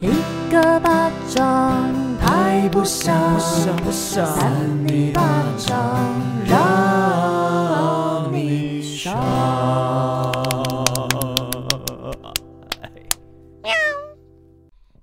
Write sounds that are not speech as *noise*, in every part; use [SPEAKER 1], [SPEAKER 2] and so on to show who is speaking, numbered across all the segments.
[SPEAKER 1] 一个巴掌拍不响，
[SPEAKER 2] 不想
[SPEAKER 1] 扇你巴掌让你伤。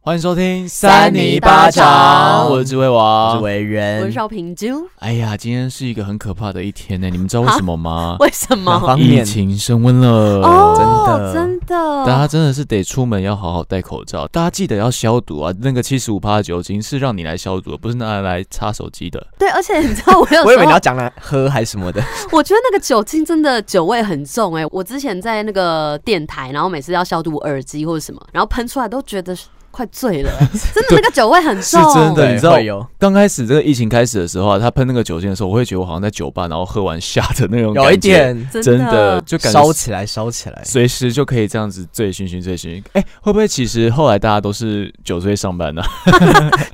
[SPEAKER 2] 欢迎收听
[SPEAKER 1] 三
[SPEAKER 2] 尼
[SPEAKER 1] 尼巴掌
[SPEAKER 2] 我是智慧王，
[SPEAKER 3] 为人
[SPEAKER 1] 我是邵平珠，
[SPEAKER 2] 哎呀，今天是一个很可怕的一天呢，你们知道为什么
[SPEAKER 1] 啊
[SPEAKER 2] 吗？
[SPEAKER 1] 为什
[SPEAKER 3] 哪
[SPEAKER 2] *laughs*
[SPEAKER 1] 么？
[SPEAKER 3] 方
[SPEAKER 2] 疫
[SPEAKER 3] 面？
[SPEAKER 2] 情升温了，
[SPEAKER 1] 哦，真
[SPEAKER 3] 真
[SPEAKER 1] 的，
[SPEAKER 2] 呃大家真的是得出门要好好戴口罩，大家记得要消毒啊！那个七十五帕酒精是让你来消毒的，不是拿来擦手机的。
[SPEAKER 1] 对，而且你知道，我有时候
[SPEAKER 3] *laughs* 我以为你要讲来喝还是什么
[SPEAKER 2] *laughs*
[SPEAKER 3] 的，
[SPEAKER 1] *laughs* 我觉得那个酒精真的酒味很重哎、我之前在那个电台，然后每次要消毒耳机或者什么，然后喷出来都觉得快醉了、欸真的那个酒味很重，
[SPEAKER 2] 是真的
[SPEAKER 3] 对
[SPEAKER 2] 你知道
[SPEAKER 3] 会有
[SPEAKER 2] 刚开始这个疫情开始的时候啊，他喷那个酒精的时候，我会觉得我好像在酒吧，然后喝完下的那种感觉，
[SPEAKER 3] 有一点
[SPEAKER 1] 真
[SPEAKER 2] 真的就感
[SPEAKER 3] 烧
[SPEAKER 2] 觉
[SPEAKER 3] 起来，烧起来。
[SPEAKER 2] 随时就可以这样子醉醺醺醉醺。哎、会不会其实后来大家都是酒醉上班呢、 *laughs*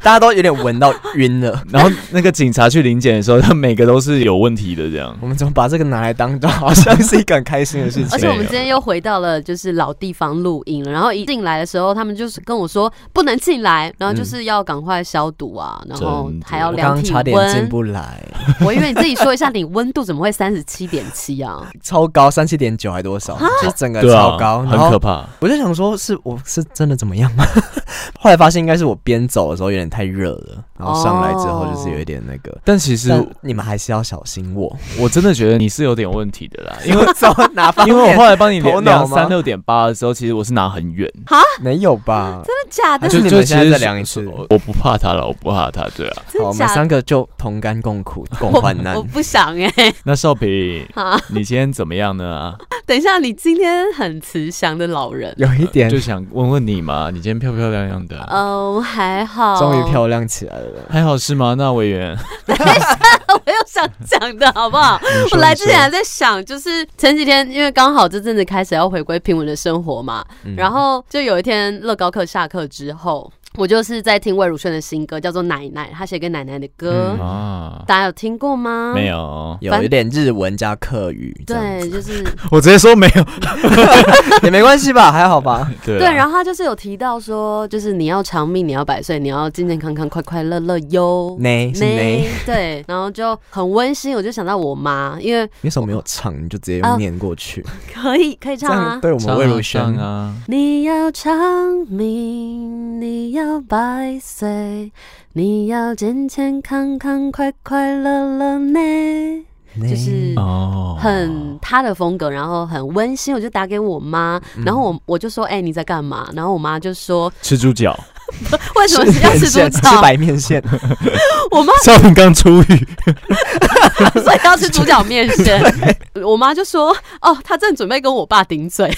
[SPEAKER 3] 大家都有点闻到晕了。
[SPEAKER 2] 然后那个警察去临检的时候，他每个都是有问题的这样。
[SPEAKER 3] *laughs* 我们怎么把这个拿来当做好像是一个很开心的事
[SPEAKER 1] *laughs* 而
[SPEAKER 3] *laughs* 情？
[SPEAKER 1] 且我们今天又回到了就是老地方录音了，然后一进来的时候，他们就是跟我说不能进来，然后就是要赶快消毒啊，然后
[SPEAKER 2] 真的
[SPEAKER 1] 还要
[SPEAKER 3] 嗯我刚
[SPEAKER 1] 量
[SPEAKER 3] 刚
[SPEAKER 1] 体
[SPEAKER 3] 差点进
[SPEAKER 1] 温。
[SPEAKER 3] 不来，
[SPEAKER 1] 我以为你自己说一下，你温度怎么会三十七点七
[SPEAKER 3] *laughs*
[SPEAKER 1] 啊？
[SPEAKER 3] 超高三七点九还多少，就是整
[SPEAKER 2] *laughs*
[SPEAKER 3] 个
[SPEAKER 2] 对
[SPEAKER 3] 超
[SPEAKER 2] 啊，
[SPEAKER 3] 高。然
[SPEAKER 2] 很可
[SPEAKER 3] 后
[SPEAKER 2] 怕。
[SPEAKER 3] 我就想说，是我是真的怎么样吗？ *laughs* 后来发现应该是我边走的时候有点太热了，然后上来之后就是有一点那个。
[SPEAKER 2] 但其实
[SPEAKER 3] 但你们还是要小心我，
[SPEAKER 2] 我真的觉得你是有点问题的
[SPEAKER 3] *laughs*
[SPEAKER 2] 啦，因
[SPEAKER 3] 因
[SPEAKER 2] 为
[SPEAKER 3] 为走哪方
[SPEAKER 2] 因为我后来帮你
[SPEAKER 3] 头
[SPEAKER 2] 量
[SPEAKER 3] 脑
[SPEAKER 2] 量
[SPEAKER 3] 吗
[SPEAKER 2] 三六点八的时候，其实我是拿很远，
[SPEAKER 3] 没有吧？
[SPEAKER 1] 真的假的？
[SPEAKER 3] 就你们现在再量一次
[SPEAKER 2] 我我不怕他了，我不怕他，对啊。
[SPEAKER 1] 真
[SPEAKER 3] 好，我
[SPEAKER 1] 的假
[SPEAKER 3] 们三
[SPEAKER 1] 的？
[SPEAKER 3] 个就同甘
[SPEAKER 2] *laughs*
[SPEAKER 3] 共苦，共
[SPEAKER 1] 我
[SPEAKER 3] 患难
[SPEAKER 1] 我。不想哎、
[SPEAKER 2] 那少平，
[SPEAKER 3] *laughs*
[SPEAKER 1] 啊，
[SPEAKER 2] 你今天怎么样呢？
[SPEAKER 1] *laughs* 等一下，你今天很慈祥的老
[SPEAKER 3] *laughs*
[SPEAKER 1] 人。
[SPEAKER 3] 有一点
[SPEAKER 2] 就想问问你嘛，你今天漂漂亮亮
[SPEAKER 3] 呃
[SPEAKER 2] 的，
[SPEAKER 1] 嗯，还好。
[SPEAKER 3] 终于漂亮起来了。
[SPEAKER 2] 还好是吗？那委员，
[SPEAKER 1] 我有想讲的好不
[SPEAKER 3] *laughs*
[SPEAKER 1] 好？我来之前还在想，就是前几天因为刚好这阵子开始要回归平稳的生活嘛，
[SPEAKER 3] 嗯
[SPEAKER 1] 然后就有一天乐高课下课之后，我就是在听魏如萱的新歌，叫做《奶奶》，她写给奶奶的歌，
[SPEAKER 3] 嗯
[SPEAKER 2] 啊，
[SPEAKER 1] 大家有听过吗？
[SPEAKER 2] 没。有，
[SPEAKER 3] 有一点日文加客语，这样
[SPEAKER 1] 对，就是
[SPEAKER 2] 我直接说没有。
[SPEAKER 3] 也没关系吧，还好吧。
[SPEAKER 2] 对啊
[SPEAKER 1] 对，然后他就是有提到说，就是你要长命，你要百岁，你要健健康康、快快乐乐哟。
[SPEAKER 3] 呢是
[SPEAKER 1] 奶
[SPEAKER 3] 呢，
[SPEAKER 1] 对，然后就很温馨，我就想到我妈，因为
[SPEAKER 3] 你为什么没有唱？你就直接
[SPEAKER 1] 啊
[SPEAKER 3] 用念过去，
[SPEAKER 1] 可以可以
[SPEAKER 3] 这
[SPEAKER 1] 唱啊
[SPEAKER 3] 样，对我们魏如萱
[SPEAKER 2] 上，啊，
[SPEAKER 1] 你要长命，你要百岁，你要健健康康、快快乐乐呢。
[SPEAKER 3] 呢
[SPEAKER 1] 就是嗯
[SPEAKER 2] 哦，
[SPEAKER 1] 很他的风格，然后很温馨，我就打给我妈，然后我我就说：“哎、你在干嘛？”然后我妈就说
[SPEAKER 2] 吃猪脚，
[SPEAKER 1] 为什么是要吃猪
[SPEAKER 3] 面线
[SPEAKER 1] 脚 *laughs*
[SPEAKER 3] 吃？白面线，
[SPEAKER 1] 我妈
[SPEAKER 2] *laughs* 少平刚出狱，
[SPEAKER 1] 所以要吃猪脚面线。我妈就说：“哦，她正准备跟我爸顶嘴，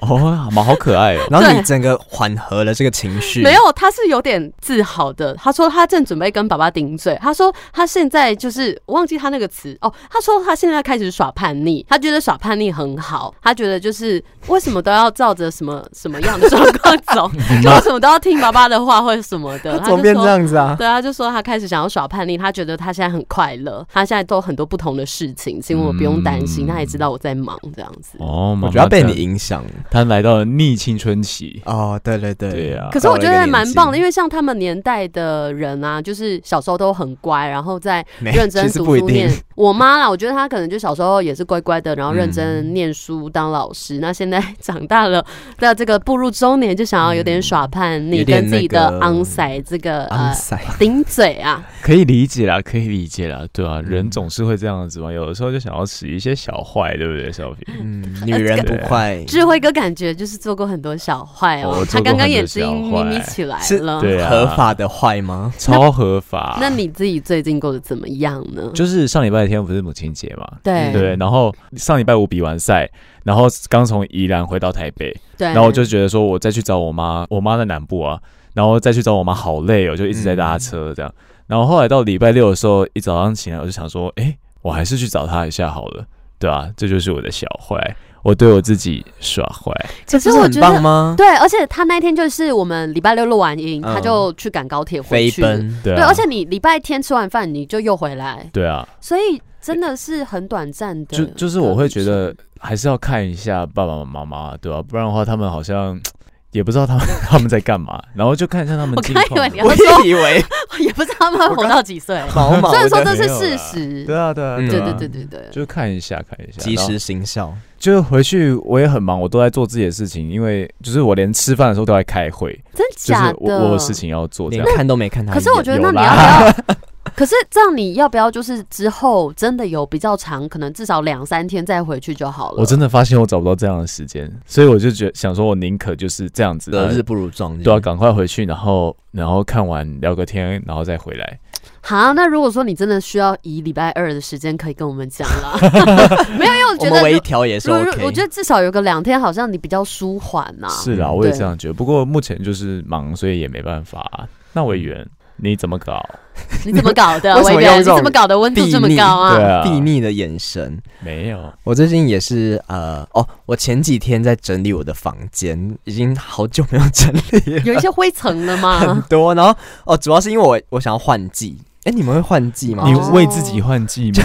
[SPEAKER 2] 哦，好好可爱哦。
[SPEAKER 3] 然后
[SPEAKER 1] 对
[SPEAKER 3] 你整个缓和了这个情绪，
[SPEAKER 1] 没有，他是有点自豪的。他说他正准备跟爸爸顶嘴，哦他说他现在就是我忘记他那个词哦，他说他现在开始耍叛逆，他觉得耍叛逆很好，他觉得就是为什么都要照着什么什么样的 *laughs* 状况走，就为什么都要听爸爸的话或者什么的，
[SPEAKER 3] 嗯他
[SPEAKER 1] 他
[SPEAKER 3] 怎
[SPEAKER 1] 就
[SPEAKER 3] 么变这
[SPEAKER 1] 说。
[SPEAKER 3] 样子啊？
[SPEAKER 1] 对，他就说他开始想要耍叛逆，他觉得他现在很快乐，他现在都很多不同的事情，所以我不用担心，
[SPEAKER 2] 嗯
[SPEAKER 1] 他也知道我在忙这样子。
[SPEAKER 2] 哦，妈
[SPEAKER 3] 我
[SPEAKER 2] 妈
[SPEAKER 3] 觉得被
[SPEAKER 2] 这
[SPEAKER 3] 你
[SPEAKER 2] 样
[SPEAKER 3] 影响了
[SPEAKER 2] 他来到了逆青春期。
[SPEAKER 3] 哦，对对对，
[SPEAKER 2] 对啊
[SPEAKER 1] 可是我觉得蛮棒的，因
[SPEAKER 3] 为
[SPEAKER 1] 为像他们年代的人啊，就是小时候都很乖，然后在认真
[SPEAKER 3] 其实
[SPEAKER 1] 读
[SPEAKER 3] 不一
[SPEAKER 1] 书念
[SPEAKER 3] 定，。
[SPEAKER 1] *laughs* 我妈啦，我觉得她可能就小时候也是乖乖的，然后认真
[SPEAKER 3] 嗯
[SPEAKER 1] 念书当老师。那现在 *laughs* 长大了，那这个步入中年，就想要有点耍叛逆，
[SPEAKER 3] 有点
[SPEAKER 1] 跟自己的
[SPEAKER 3] 那个
[SPEAKER 1] 昂塞这个
[SPEAKER 3] 昂
[SPEAKER 1] 呃
[SPEAKER 3] 塞，
[SPEAKER 1] 顶嘴啊。
[SPEAKER 2] 可以理解啦，可以理解啦，对啊，人总是会这样子嘛，有的时候就想要使一些小坏，对不对，小平？
[SPEAKER 3] 嗯，女人不坏，
[SPEAKER 1] 智慧哥感觉就是做过很多小坏
[SPEAKER 2] 哦
[SPEAKER 1] 哦
[SPEAKER 2] 我，
[SPEAKER 1] 他
[SPEAKER 2] 做过
[SPEAKER 1] 刚刚
[SPEAKER 2] 很多
[SPEAKER 1] 眼睛
[SPEAKER 2] 小
[SPEAKER 1] 眯
[SPEAKER 2] 坏
[SPEAKER 1] 眯起来
[SPEAKER 3] 是
[SPEAKER 1] 了。
[SPEAKER 2] 对啊，
[SPEAKER 3] 合法的坏吗？
[SPEAKER 2] 超合法。
[SPEAKER 1] 那你自己最近过得怎么样呢？
[SPEAKER 2] 就是上礼拜天不是母亲节嘛？
[SPEAKER 1] 对
[SPEAKER 2] 对，然后上礼拜五比完赛，然后刚从宜兰回到台北，
[SPEAKER 1] 对，
[SPEAKER 2] 然后我就觉得说，我再去找我妈，我妈在南部啊，然后再去找我妈，好累哦，就一直在搭车这样。然后后来到礼拜六的时候，一早上起来我就想说，哎，我还是去找她一下好了，对啊，这就是我的小坏，我对我自己耍坏，
[SPEAKER 1] 可
[SPEAKER 3] 可
[SPEAKER 1] 是
[SPEAKER 3] 是
[SPEAKER 1] 我
[SPEAKER 3] 很
[SPEAKER 1] 觉得
[SPEAKER 3] 棒吗？
[SPEAKER 1] 对，而且他那天就是我们礼拜六录完音，
[SPEAKER 3] 嗯
[SPEAKER 1] 他就去赶高铁回
[SPEAKER 3] 飞
[SPEAKER 1] 去。
[SPEAKER 3] 奔，
[SPEAKER 2] 对
[SPEAKER 1] 对，
[SPEAKER 2] 啊，
[SPEAKER 1] 而且你礼拜天吃完饭你就又回来，
[SPEAKER 2] 对啊，
[SPEAKER 1] 所以真的是很短暂的。
[SPEAKER 2] 就啊就是我会觉得还是要看一下爸爸妈妈，对吧、不然的话，他们好像。也不知道他们 *laughs* 他们在干嘛，然后就看一下他们
[SPEAKER 1] 我
[SPEAKER 2] 近
[SPEAKER 1] 刚以
[SPEAKER 2] 况
[SPEAKER 1] 为
[SPEAKER 2] 啊
[SPEAKER 1] 你要
[SPEAKER 3] 我
[SPEAKER 1] 说，
[SPEAKER 3] 也以为
[SPEAKER 1] *laughs* 也不知道他们会活到几岁。
[SPEAKER 3] 毛毛
[SPEAKER 1] 虽然说这
[SPEAKER 3] 的
[SPEAKER 1] 是
[SPEAKER 2] 没有
[SPEAKER 1] 事
[SPEAKER 2] 啦
[SPEAKER 1] 实，
[SPEAKER 2] 对啊对啊，
[SPEAKER 3] 嗯
[SPEAKER 1] 对
[SPEAKER 2] 啊
[SPEAKER 1] 对对对对，
[SPEAKER 2] 就看一下看一下，
[SPEAKER 3] *laughs* 及
[SPEAKER 2] 然后
[SPEAKER 3] 时行孝，
[SPEAKER 2] 就是回去我也很忙，我都在做自己的事情，因为就是我连吃饭的时候都在开会，
[SPEAKER 1] 真
[SPEAKER 2] 就是
[SPEAKER 1] 假
[SPEAKER 2] 我我有
[SPEAKER 1] 的？
[SPEAKER 2] 事情要做这
[SPEAKER 3] 连
[SPEAKER 2] 样。
[SPEAKER 3] 看都没看他一眼。
[SPEAKER 1] 可是我觉得，那
[SPEAKER 2] 有
[SPEAKER 1] 你要不要？ *laughs* 可是这样，你要不要就是之后真的有比较长，可能至少两三天再回去就好了。
[SPEAKER 2] 我真的发现我找不到这样的时间，所以我就觉得想说，我宁可就是这样子，
[SPEAKER 3] 择日
[SPEAKER 2] 呃
[SPEAKER 3] 不如撞日，
[SPEAKER 2] 对啊，赶快回去，然后然后看完聊个天，然后再回来。
[SPEAKER 1] 好，那如果说你真的需要以礼拜二的时间，可以跟我们讲
[SPEAKER 3] *laughs*
[SPEAKER 1] 啦。没有，因为我
[SPEAKER 3] 我
[SPEAKER 1] 觉
[SPEAKER 3] 们
[SPEAKER 1] 得
[SPEAKER 3] 微
[SPEAKER 1] 如。
[SPEAKER 3] 调也是
[SPEAKER 1] 如如
[SPEAKER 3] OK。
[SPEAKER 1] 我觉得至少有个两天，好像你比较舒缓呐、
[SPEAKER 2] 是啦，
[SPEAKER 3] 嗯
[SPEAKER 2] 我也
[SPEAKER 1] 对
[SPEAKER 2] 这样觉得。不过目前就是忙，所以也没办法、啊那委员，你怎么搞？
[SPEAKER 1] 你怎么搞的，
[SPEAKER 3] *laughs* 为什
[SPEAKER 1] 维
[SPEAKER 3] 么
[SPEAKER 1] 园？
[SPEAKER 3] 用
[SPEAKER 1] 你
[SPEAKER 3] 这种
[SPEAKER 1] 怎么搞啊的？温度这么
[SPEAKER 3] 避逆
[SPEAKER 1] 高
[SPEAKER 2] 对
[SPEAKER 1] 啊？
[SPEAKER 2] 啊，
[SPEAKER 3] 睥睨的眼神，
[SPEAKER 2] 没有，
[SPEAKER 3] 我最近也是呃，哦，我前几天在整理我的房间，已经好久没有整理
[SPEAKER 1] 有一些灰尘了
[SPEAKER 3] 了很 *laughs*
[SPEAKER 1] 吗？ *laughs*
[SPEAKER 3] 多。然后哦，主要是因为我我想要换季。哎、你们会换季吗？
[SPEAKER 2] 你
[SPEAKER 1] 哦
[SPEAKER 2] 为自己换季吗？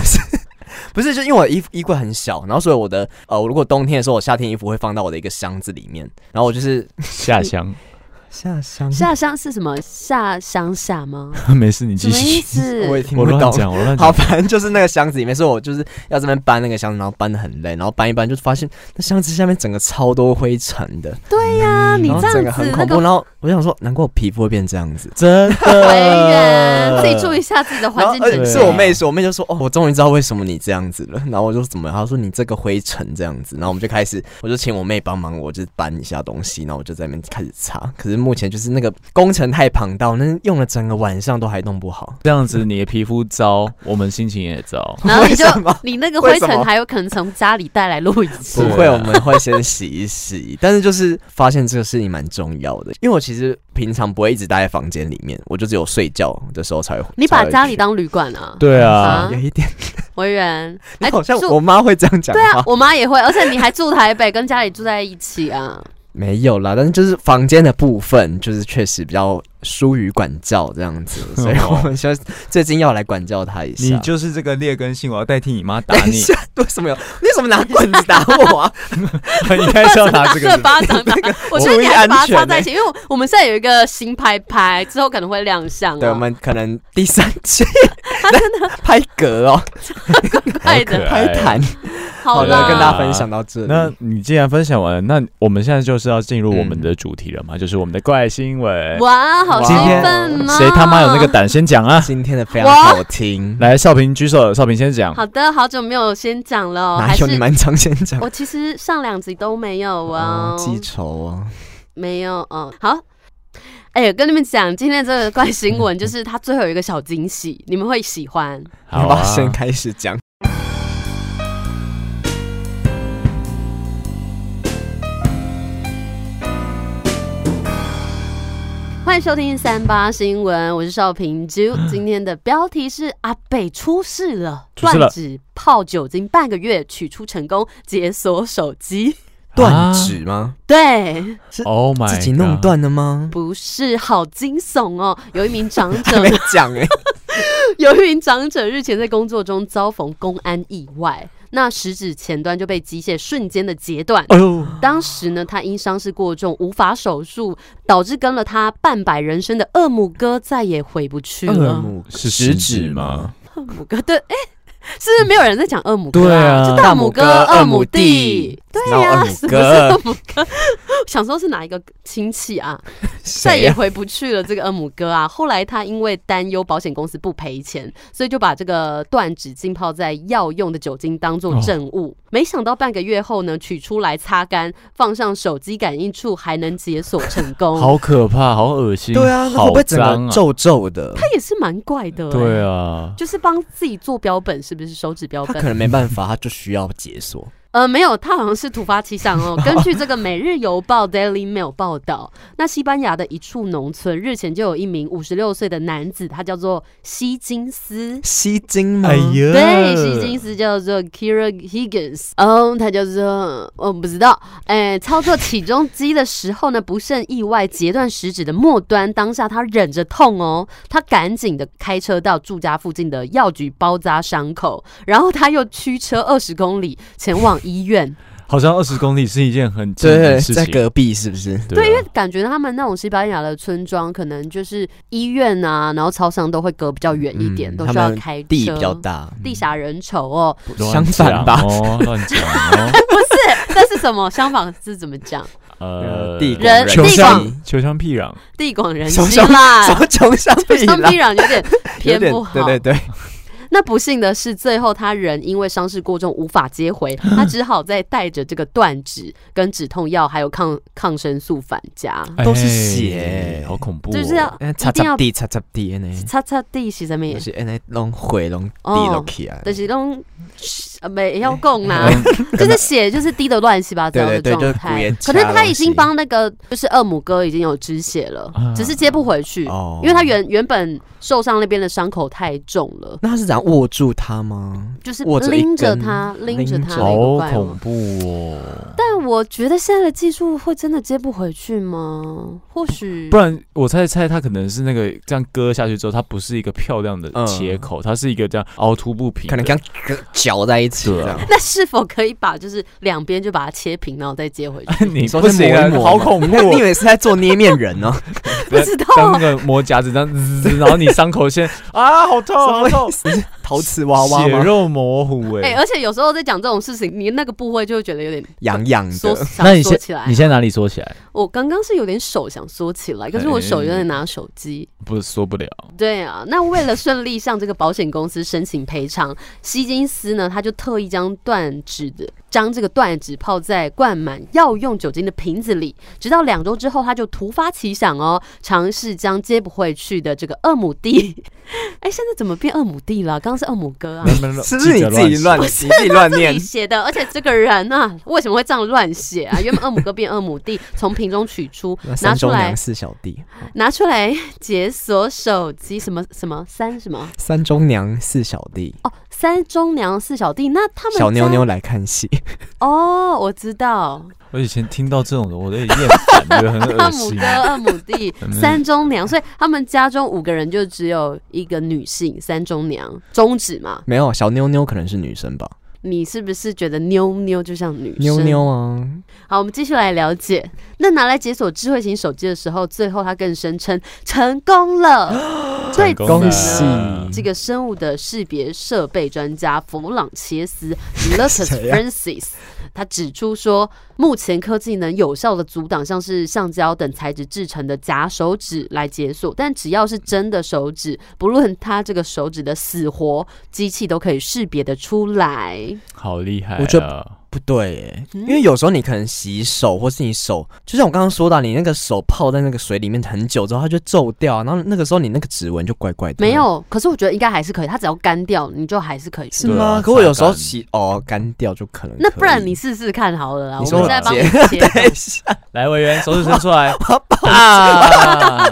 [SPEAKER 3] 不是，就因为我衣衣柜很小，然后所以我的呃，我如果冬天的时候，我夏天衣服会放到我的一个箱子里面，然后我就是
[SPEAKER 2] 下乡， *laughs*
[SPEAKER 3] 下箱
[SPEAKER 1] 下乡是什么？下乡下吗？
[SPEAKER 2] 没事，你
[SPEAKER 1] 什
[SPEAKER 2] 继
[SPEAKER 1] 么意
[SPEAKER 2] 续。
[SPEAKER 1] 思？
[SPEAKER 3] 我也
[SPEAKER 2] *laughs*
[SPEAKER 3] 听
[SPEAKER 2] 我
[SPEAKER 3] 不
[SPEAKER 2] 乱
[SPEAKER 3] 懂。
[SPEAKER 2] 讲，我乱
[SPEAKER 3] *laughs* 好，
[SPEAKER 2] 讲。
[SPEAKER 3] 反正就是那个箱子里面，所以我就是要这边搬那个箱子，然后搬的很累，然后搬一搬就发现那箱子下面整个超多灰尘的，
[SPEAKER 1] 对呀、你
[SPEAKER 3] 嗯然后
[SPEAKER 1] 这
[SPEAKER 3] 整
[SPEAKER 1] 样
[SPEAKER 3] 个
[SPEAKER 1] 子
[SPEAKER 3] 很
[SPEAKER 1] 那
[SPEAKER 3] 恐怖。
[SPEAKER 1] 个
[SPEAKER 3] 然后我想说，难怪我皮肤会变这样子。
[SPEAKER 2] 真
[SPEAKER 1] *laughs* 回源，
[SPEAKER 2] 的，
[SPEAKER 1] 自己注意一下自己的
[SPEAKER 3] 呃然
[SPEAKER 1] 环
[SPEAKER 3] 后
[SPEAKER 1] 境
[SPEAKER 3] 而
[SPEAKER 1] 整
[SPEAKER 3] 且
[SPEAKER 1] 洁。
[SPEAKER 3] 是我妹说，我妹就说：“哦，我终于知道为什么你这样子了。”然后我就说怎么？她说你这个灰尘这样子。然后我们就开始，我就请我妹帮忙，我就搬一下东西，然后我就在那边开始擦。可是目前就是那个工程太庞大，那用了整个晚上都还弄不好。
[SPEAKER 2] 这样子，你的皮肤糟，我们心情也糟。
[SPEAKER 1] 然后你就
[SPEAKER 3] 为什么
[SPEAKER 1] 你那个灰
[SPEAKER 3] 为什
[SPEAKER 1] 尘
[SPEAKER 3] 么
[SPEAKER 1] 还有可能从家里带来录影室
[SPEAKER 3] 不
[SPEAKER 2] 是
[SPEAKER 3] 会，
[SPEAKER 2] 啊
[SPEAKER 3] 我们会先洗一洗。但是就是发现这个事情蛮重要的，因为我其实平常不会一直待在房间里面，我就只有睡觉的时候才会。
[SPEAKER 1] 你把家里
[SPEAKER 3] 当
[SPEAKER 1] 当旅馆啊？
[SPEAKER 2] 对
[SPEAKER 1] 啊
[SPEAKER 2] 啊，
[SPEAKER 3] 有一点，
[SPEAKER 1] 维园，
[SPEAKER 3] 你好像
[SPEAKER 1] 哎住
[SPEAKER 3] 我妈会这样讲
[SPEAKER 1] 对啊
[SPEAKER 3] 话，。
[SPEAKER 1] 我妈也会，而且你还住台北，跟家里住在一起 *laughs* 啊。
[SPEAKER 3] 没有啦，但是就是房间的部分，就是确实比较疏于管教这样 *laughs* 子，所以我们就最近要来管教他一下。
[SPEAKER 2] 就是这个劣根性，我要代替你妈打
[SPEAKER 3] *laughs* 等一下，为什么有？你怎么拿棍子打我
[SPEAKER 1] *laughs*
[SPEAKER 3] 啊？
[SPEAKER 2] *laughs* 你开始要拿
[SPEAKER 1] 打个
[SPEAKER 2] 这个是不是，
[SPEAKER 1] 啊巴掌打，我觉
[SPEAKER 3] 注
[SPEAKER 1] 得你
[SPEAKER 3] 意
[SPEAKER 1] 还是把它
[SPEAKER 3] 安全欸
[SPEAKER 1] 插在一起，因为我我们现在有一个新拍拍，之后可能会亮相
[SPEAKER 3] 对，
[SPEAKER 1] *laughs*
[SPEAKER 3] 我
[SPEAKER 1] 啊。
[SPEAKER 3] 们可能第三 *laughs* 期
[SPEAKER 1] *laughs*
[SPEAKER 3] 拍嗝哦，
[SPEAKER 1] 爱
[SPEAKER 2] 好可
[SPEAKER 1] 的，
[SPEAKER 2] 爱
[SPEAKER 3] 拍痰。
[SPEAKER 1] 好
[SPEAKER 3] 好
[SPEAKER 1] 啦，
[SPEAKER 3] 的，跟大家分享到这里。
[SPEAKER 2] *laughs* 那你既然分享完了，那我们现在就是要进入我们的主题了 *laughs* 嘛，就是我们的怪新闻。
[SPEAKER 1] 哇，好兴
[SPEAKER 3] 今天
[SPEAKER 1] 奋啊！
[SPEAKER 2] 谁他妈有那个胆先讲 *laughs* 啊？
[SPEAKER 3] *laughs* 今天的非常
[SPEAKER 1] 哇
[SPEAKER 3] 好听，
[SPEAKER 2] 来，少平举手，少平先讲。
[SPEAKER 1] 好的，好久没有先讲了哦，
[SPEAKER 3] 哪
[SPEAKER 1] 还是
[SPEAKER 3] 有你蛮常先讲？
[SPEAKER 1] 我其实上两集都没有哦，
[SPEAKER 3] 记仇啊！
[SPEAKER 1] 没有哦。好，哎、我跟你们讲，今天这个怪新闻就是它最后有一个小惊喜，你们会喜欢。
[SPEAKER 3] 好
[SPEAKER 2] 好
[SPEAKER 3] 吧，
[SPEAKER 2] 啊，
[SPEAKER 3] 先开始讲。
[SPEAKER 1] 欢迎收听三八新闻，我是邵平啾。今天的标题是阿北出事了，
[SPEAKER 2] 嗯出事了
[SPEAKER 1] 断指泡酒精半个月，取出成功，解锁手机。 *laughs*
[SPEAKER 3] 断
[SPEAKER 2] 啊
[SPEAKER 3] 指吗？
[SPEAKER 1] 对，
[SPEAKER 2] Oh my，
[SPEAKER 3] 自己弄
[SPEAKER 2] God。
[SPEAKER 3] 断了吗？
[SPEAKER 1] 不是，好惊悚哦！有一名长
[SPEAKER 3] 还
[SPEAKER 2] *laughs*
[SPEAKER 1] 者
[SPEAKER 3] 没讲哎，
[SPEAKER 1] 有一名长者日前在工作中遭逢公安意外，那食指前端就被机械瞬间的截断。
[SPEAKER 2] 哎呦，
[SPEAKER 1] 当时呢，他因伤势过重无法手术，导致跟了他半百人生的恶母哥再也回不去了。
[SPEAKER 3] 母
[SPEAKER 2] 是
[SPEAKER 3] 食
[SPEAKER 2] 食
[SPEAKER 3] 指
[SPEAKER 2] 指
[SPEAKER 3] 吗
[SPEAKER 2] 吗？
[SPEAKER 1] 恶母哥对，哎、是不是没有人在讲恶母哥
[SPEAKER 2] 对啊
[SPEAKER 1] 就大母哥、
[SPEAKER 3] 大母哥
[SPEAKER 1] 二母
[SPEAKER 3] 弟
[SPEAKER 1] 弟。对
[SPEAKER 3] 哪有
[SPEAKER 1] 呀、
[SPEAKER 3] 二
[SPEAKER 1] 啊，
[SPEAKER 3] 母
[SPEAKER 1] 什么是
[SPEAKER 3] 哥
[SPEAKER 1] 二母哥？ *laughs* 想说是哪一个亲戚啊？再
[SPEAKER 3] 谁
[SPEAKER 1] 也
[SPEAKER 3] 呀？
[SPEAKER 1] 回不去了。这个二母哥啊，后来他因为担忧保险公司不赔钱，所以就把这个断指浸泡在药用的酒精当做证物。
[SPEAKER 3] 哦
[SPEAKER 1] 没想到半个月后呢，取出来擦干，放上手机感应处，还能解锁成功。
[SPEAKER 2] 好可怕，好恶心，
[SPEAKER 3] 对啊，那会
[SPEAKER 2] 好
[SPEAKER 3] 不会整
[SPEAKER 2] 脏
[SPEAKER 3] 个
[SPEAKER 2] 啊！
[SPEAKER 3] 皱皱的？
[SPEAKER 1] 他也是蛮怪的、
[SPEAKER 2] 对
[SPEAKER 1] 啊，
[SPEAKER 2] 啊，
[SPEAKER 1] 就是帮自己做标本，是不是手指标
[SPEAKER 3] 他
[SPEAKER 1] 本
[SPEAKER 3] 可？能没办法，他就需要解锁。
[SPEAKER 1] 呃，没有，他好像是突发奇想哦。根据这个《每日邮报》（Daily Mail） 报道，那西班牙的一处农村日前就有一名五十六岁的男子，他叫做希金斯。
[SPEAKER 3] 吸睛吗？
[SPEAKER 2] 哎呀，
[SPEAKER 1] 对，希金斯叫做 Kira Higgins，嗯，他叫做我不知道，哎，操作起重机的时候呢，不慎意外截断食指的末端，当下他忍着痛哦，他赶紧的开车到住家附近的药局包扎伤口，然后他又驱车二十公里前往医院，
[SPEAKER 2] 好像二十公里是一件很近
[SPEAKER 3] 对
[SPEAKER 2] 的，事
[SPEAKER 3] 在
[SPEAKER 2] 情。
[SPEAKER 3] 隔壁是不是？
[SPEAKER 2] 对啊，因为
[SPEAKER 1] 感觉他们那种西班牙的村庄，可能就是医院啊，然后操场都会隔比较远一点，
[SPEAKER 3] 嗯
[SPEAKER 1] 都需
[SPEAKER 3] 他
[SPEAKER 1] 要
[SPEAKER 3] 们
[SPEAKER 1] 开车。
[SPEAKER 3] 地比较，大，
[SPEAKER 1] 地狭人稠哦。
[SPEAKER 3] 相反吧
[SPEAKER 2] 哦，乱讲哦，
[SPEAKER 1] 不是， *laughs* 那是什么？相反是怎么讲？
[SPEAKER 2] 呃，
[SPEAKER 3] 地广
[SPEAKER 1] 人
[SPEAKER 2] 穷
[SPEAKER 1] 地
[SPEAKER 2] 乡
[SPEAKER 1] 广
[SPEAKER 2] 穷乡僻壤，
[SPEAKER 1] 地广人
[SPEAKER 3] 小
[SPEAKER 1] 稀
[SPEAKER 3] 小
[SPEAKER 1] 啦，
[SPEAKER 3] 小穷相比
[SPEAKER 1] 相
[SPEAKER 3] 啦，
[SPEAKER 1] 比壤有点
[SPEAKER 3] 有
[SPEAKER 1] 偏
[SPEAKER 3] 点
[SPEAKER 1] 不好。
[SPEAKER 3] 对对对，
[SPEAKER 1] 那不幸的是，最后他人因为伤势过重无法接
[SPEAKER 3] *gasps*
[SPEAKER 1] 回，他只好再带着这个断指、跟止痛药还有抗抗生素返家，
[SPEAKER 3] 都是血
[SPEAKER 2] 哎好恐怖哦，
[SPEAKER 1] 就是要
[SPEAKER 3] 嗯
[SPEAKER 1] 一
[SPEAKER 3] 擦
[SPEAKER 1] 定要
[SPEAKER 3] 擦地擦擦地欸呢，
[SPEAKER 1] 擦擦地洗什么
[SPEAKER 3] 就
[SPEAKER 1] 也，
[SPEAKER 3] 是那弄毁弄地
[SPEAKER 1] 哦
[SPEAKER 3] 落啊起来，
[SPEAKER 1] 但是拢没要供
[SPEAKER 3] *laughs*
[SPEAKER 1] 啦。
[SPEAKER 2] 嗯
[SPEAKER 1] 就是血就是滴的乱七八糟的
[SPEAKER 3] 对对对
[SPEAKER 1] 状
[SPEAKER 3] 就是骨
[SPEAKER 1] 态
[SPEAKER 3] 也，
[SPEAKER 1] 可
[SPEAKER 3] 掐
[SPEAKER 1] 能他
[SPEAKER 3] 东
[SPEAKER 1] 已经
[SPEAKER 3] 西
[SPEAKER 1] 帮那个就是二母哥已经有止血了，
[SPEAKER 2] 啊
[SPEAKER 1] 只是接不回去，
[SPEAKER 3] 哦
[SPEAKER 1] 因为他原原本受伤那边的伤口太重了，
[SPEAKER 3] 那他是怎样握住他吗？
[SPEAKER 1] 就是
[SPEAKER 3] 握着一
[SPEAKER 1] 拎着
[SPEAKER 3] 根
[SPEAKER 1] 他拎着
[SPEAKER 3] 拎
[SPEAKER 1] 他
[SPEAKER 3] 着
[SPEAKER 1] 那
[SPEAKER 2] 好
[SPEAKER 1] 个怪物
[SPEAKER 2] 恐。怖哦。
[SPEAKER 1] 但我觉得现在的技术会真的接不回去吗？或许
[SPEAKER 2] 不然我猜猜他可能是那个这样割下去之后，它不是一个漂亮的
[SPEAKER 3] 嗯
[SPEAKER 2] 切口，它是一个这样凹凸不平的，
[SPEAKER 3] 可能刚刚搅在一起
[SPEAKER 2] 对啊
[SPEAKER 3] 这样。
[SPEAKER 1] 那是否可以把就是两边就把它切平，然后再接回去？
[SPEAKER 2] *laughs*
[SPEAKER 3] *laughs*
[SPEAKER 2] 你
[SPEAKER 3] 说
[SPEAKER 2] 不
[SPEAKER 3] 再
[SPEAKER 2] 行
[SPEAKER 3] 磨
[SPEAKER 2] 啊
[SPEAKER 3] 一，磨
[SPEAKER 2] 好
[SPEAKER 3] 吗 *laughs*
[SPEAKER 2] 恐怖
[SPEAKER 3] 那你以
[SPEAKER 2] 哦！
[SPEAKER 3] 为是在做捏
[SPEAKER 2] *laughs*
[SPEAKER 3] 面人哦？
[SPEAKER 1] 不知道
[SPEAKER 2] 当那个磨夹子这样滋，然后你伤口先啊，好痛，好
[SPEAKER 3] 什么
[SPEAKER 2] 痛
[SPEAKER 3] 意，思？陶瓷娃娃
[SPEAKER 2] 血
[SPEAKER 3] 吗？
[SPEAKER 2] 肉模糊
[SPEAKER 1] 哎、
[SPEAKER 2] 哎。
[SPEAKER 1] 而且有时候在讲这种事情，你那个部位就会觉得有点
[SPEAKER 3] 痒痒
[SPEAKER 1] 缩，
[SPEAKER 3] 的，
[SPEAKER 1] 想缩起来。啊
[SPEAKER 2] 现在哪里缩起来？
[SPEAKER 1] 我刚刚是有点手想缩起来，可是我手有点拿手机。
[SPEAKER 2] 不是缩不了，
[SPEAKER 1] 对啊，那为了顺利向这个保险公司申请赔偿，希金斯呢，他就特意将断指的将这个断指泡在灌满药用酒精的瓶子里，直到两周之后，他就突发奇想哦，尝试将接不回去的这个二亩地， *laughs* 哎，现在怎么变二亩地了？刚刚是二亩哥啊
[SPEAKER 2] 没。有没有没有
[SPEAKER 3] 是不是
[SPEAKER 2] 记
[SPEAKER 3] 你
[SPEAKER 2] 者
[SPEAKER 3] 自己
[SPEAKER 2] 写
[SPEAKER 3] 乱，你自己
[SPEAKER 1] *laughs*
[SPEAKER 3] 乱
[SPEAKER 1] 自
[SPEAKER 3] 念
[SPEAKER 1] 己？写的，而且这个人啊，为什么会这样乱写啊？原本二亩哥变二亩地，从瓶中取出，拿
[SPEAKER 3] 三
[SPEAKER 1] 出
[SPEAKER 3] 中
[SPEAKER 1] 来
[SPEAKER 3] 娘四小弟，
[SPEAKER 1] 拿出来解锁手机什么什么三什么
[SPEAKER 3] 三中娘四小弟，
[SPEAKER 1] 哦，三中娘四小弟，那他们
[SPEAKER 3] 小妞
[SPEAKER 1] 家
[SPEAKER 3] 妞来看戏， *laughs*
[SPEAKER 1] 哦，我知道，
[SPEAKER 2] 我以前听到这种的，我都有点厌烦，觉得很
[SPEAKER 1] *laughs* 二
[SPEAKER 2] 恶
[SPEAKER 1] 母
[SPEAKER 2] 心
[SPEAKER 1] 哥、。二母弟、
[SPEAKER 2] *laughs* 嗯
[SPEAKER 1] 三中娘，所以他们家中五个人就只有一个女性，三中娘，中指嘛，
[SPEAKER 3] 没有小妞妞可能是女生吧？
[SPEAKER 1] 你是不是觉得妞妞就像女生？
[SPEAKER 3] 妞妞啊，
[SPEAKER 1] 好，我们继续来了解。那拿来解锁智慧型手机的时候，最后他更声称成功
[SPEAKER 2] *gasps*
[SPEAKER 1] 了。对啊
[SPEAKER 2] 成功
[SPEAKER 1] 此
[SPEAKER 3] 恭
[SPEAKER 2] 了
[SPEAKER 3] 喜
[SPEAKER 1] 呢，这
[SPEAKER 3] 嗯
[SPEAKER 1] 个生物的识别设备专家弗朗切
[SPEAKER 3] *laughs*
[SPEAKER 1] 斯 （Lucas
[SPEAKER 3] 谁啊
[SPEAKER 1] Francis） 他指出说，目前科技能有效的阻挡像是橡胶等材质制成的假手指来解锁，但只要是真的手指，不论它这个手指的死活，机器都可以识别的出来。
[SPEAKER 2] *laughs* 好厉害啊！
[SPEAKER 3] 我觉不对耶，
[SPEAKER 1] 嗯
[SPEAKER 3] 因为有时候你可能洗手，或是你手，就像我刚刚说到，你那个手泡在那个水里面很久之后，它就皱掉，然后那个时候你那个指纹就怪怪的。
[SPEAKER 1] 没有，可是我觉得应该还是可以，它只要干掉，你就还是可以去
[SPEAKER 3] 是
[SPEAKER 2] 对啊
[SPEAKER 3] 吗？可我有时候
[SPEAKER 2] 擦干
[SPEAKER 3] 洗哦干掉就可能可以。
[SPEAKER 1] 那不
[SPEAKER 3] *laughs*
[SPEAKER 1] 然你试试看好了啦，
[SPEAKER 3] 你
[SPEAKER 1] 我
[SPEAKER 3] 说
[SPEAKER 1] 们
[SPEAKER 3] 我
[SPEAKER 1] 再帮你
[SPEAKER 3] 姐 *laughs*
[SPEAKER 1] 切。
[SPEAKER 3] 啊
[SPEAKER 2] 来，委员，手指伸出来，
[SPEAKER 1] *laughs*
[SPEAKER 2] 啊！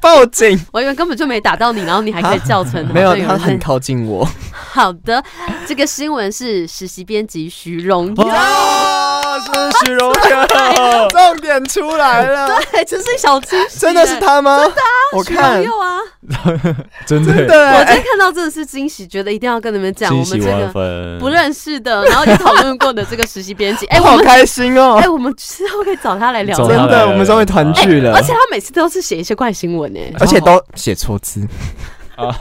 [SPEAKER 3] 报警？
[SPEAKER 1] 我以为根本就没打到你，然后你还可以叫成
[SPEAKER 3] 啊没有
[SPEAKER 1] 好，像
[SPEAKER 3] 他
[SPEAKER 1] 人
[SPEAKER 3] 很
[SPEAKER 1] 在
[SPEAKER 3] 靠近我。
[SPEAKER 1] 好的。这个新闻是实习编辑徐荣耀，
[SPEAKER 2] 哇，是许啊荣耀，
[SPEAKER 3] 重点出来了，
[SPEAKER 1] *laughs* 对， *laughs* 这是小惊喜，
[SPEAKER 3] 真的是他吗？我
[SPEAKER 1] 哎。徐
[SPEAKER 3] 看
[SPEAKER 1] 荣耀啊！
[SPEAKER 2] 真的
[SPEAKER 3] 对，
[SPEAKER 1] 我今
[SPEAKER 3] 哎
[SPEAKER 1] 天看到真的是惊喜，觉得一定要跟你们讲，我
[SPEAKER 2] 惊
[SPEAKER 1] 们
[SPEAKER 2] 喜
[SPEAKER 1] 这
[SPEAKER 2] 万
[SPEAKER 1] 个
[SPEAKER 3] 嗯
[SPEAKER 2] 分，
[SPEAKER 1] 不认识的，然后也讨论过的这个实习
[SPEAKER 3] *laughs*
[SPEAKER 1] 编辑，哎，我
[SPEAKER 3] 好
[SPEAKER 1] 们
[SPEAKER 3] 开心哦
[SPEAKER 1] 哎，！我们之后可以找他来聊
[SPEAKER 2] 找
[SPEAKER 1] 这
[SPEAKER 2] 他
[SPEAKER 1] 个。
[SPEAKER 3] 真
[SPEAKER 2] 来哎
[SPEAKER 3] 的，我们终于团聚了
[SPEAKER 1] 而，且他每次都是写一些怪新闻哎，
[SPEAKER 3] 而且都写错字，
[SPEAKER 2] 哦，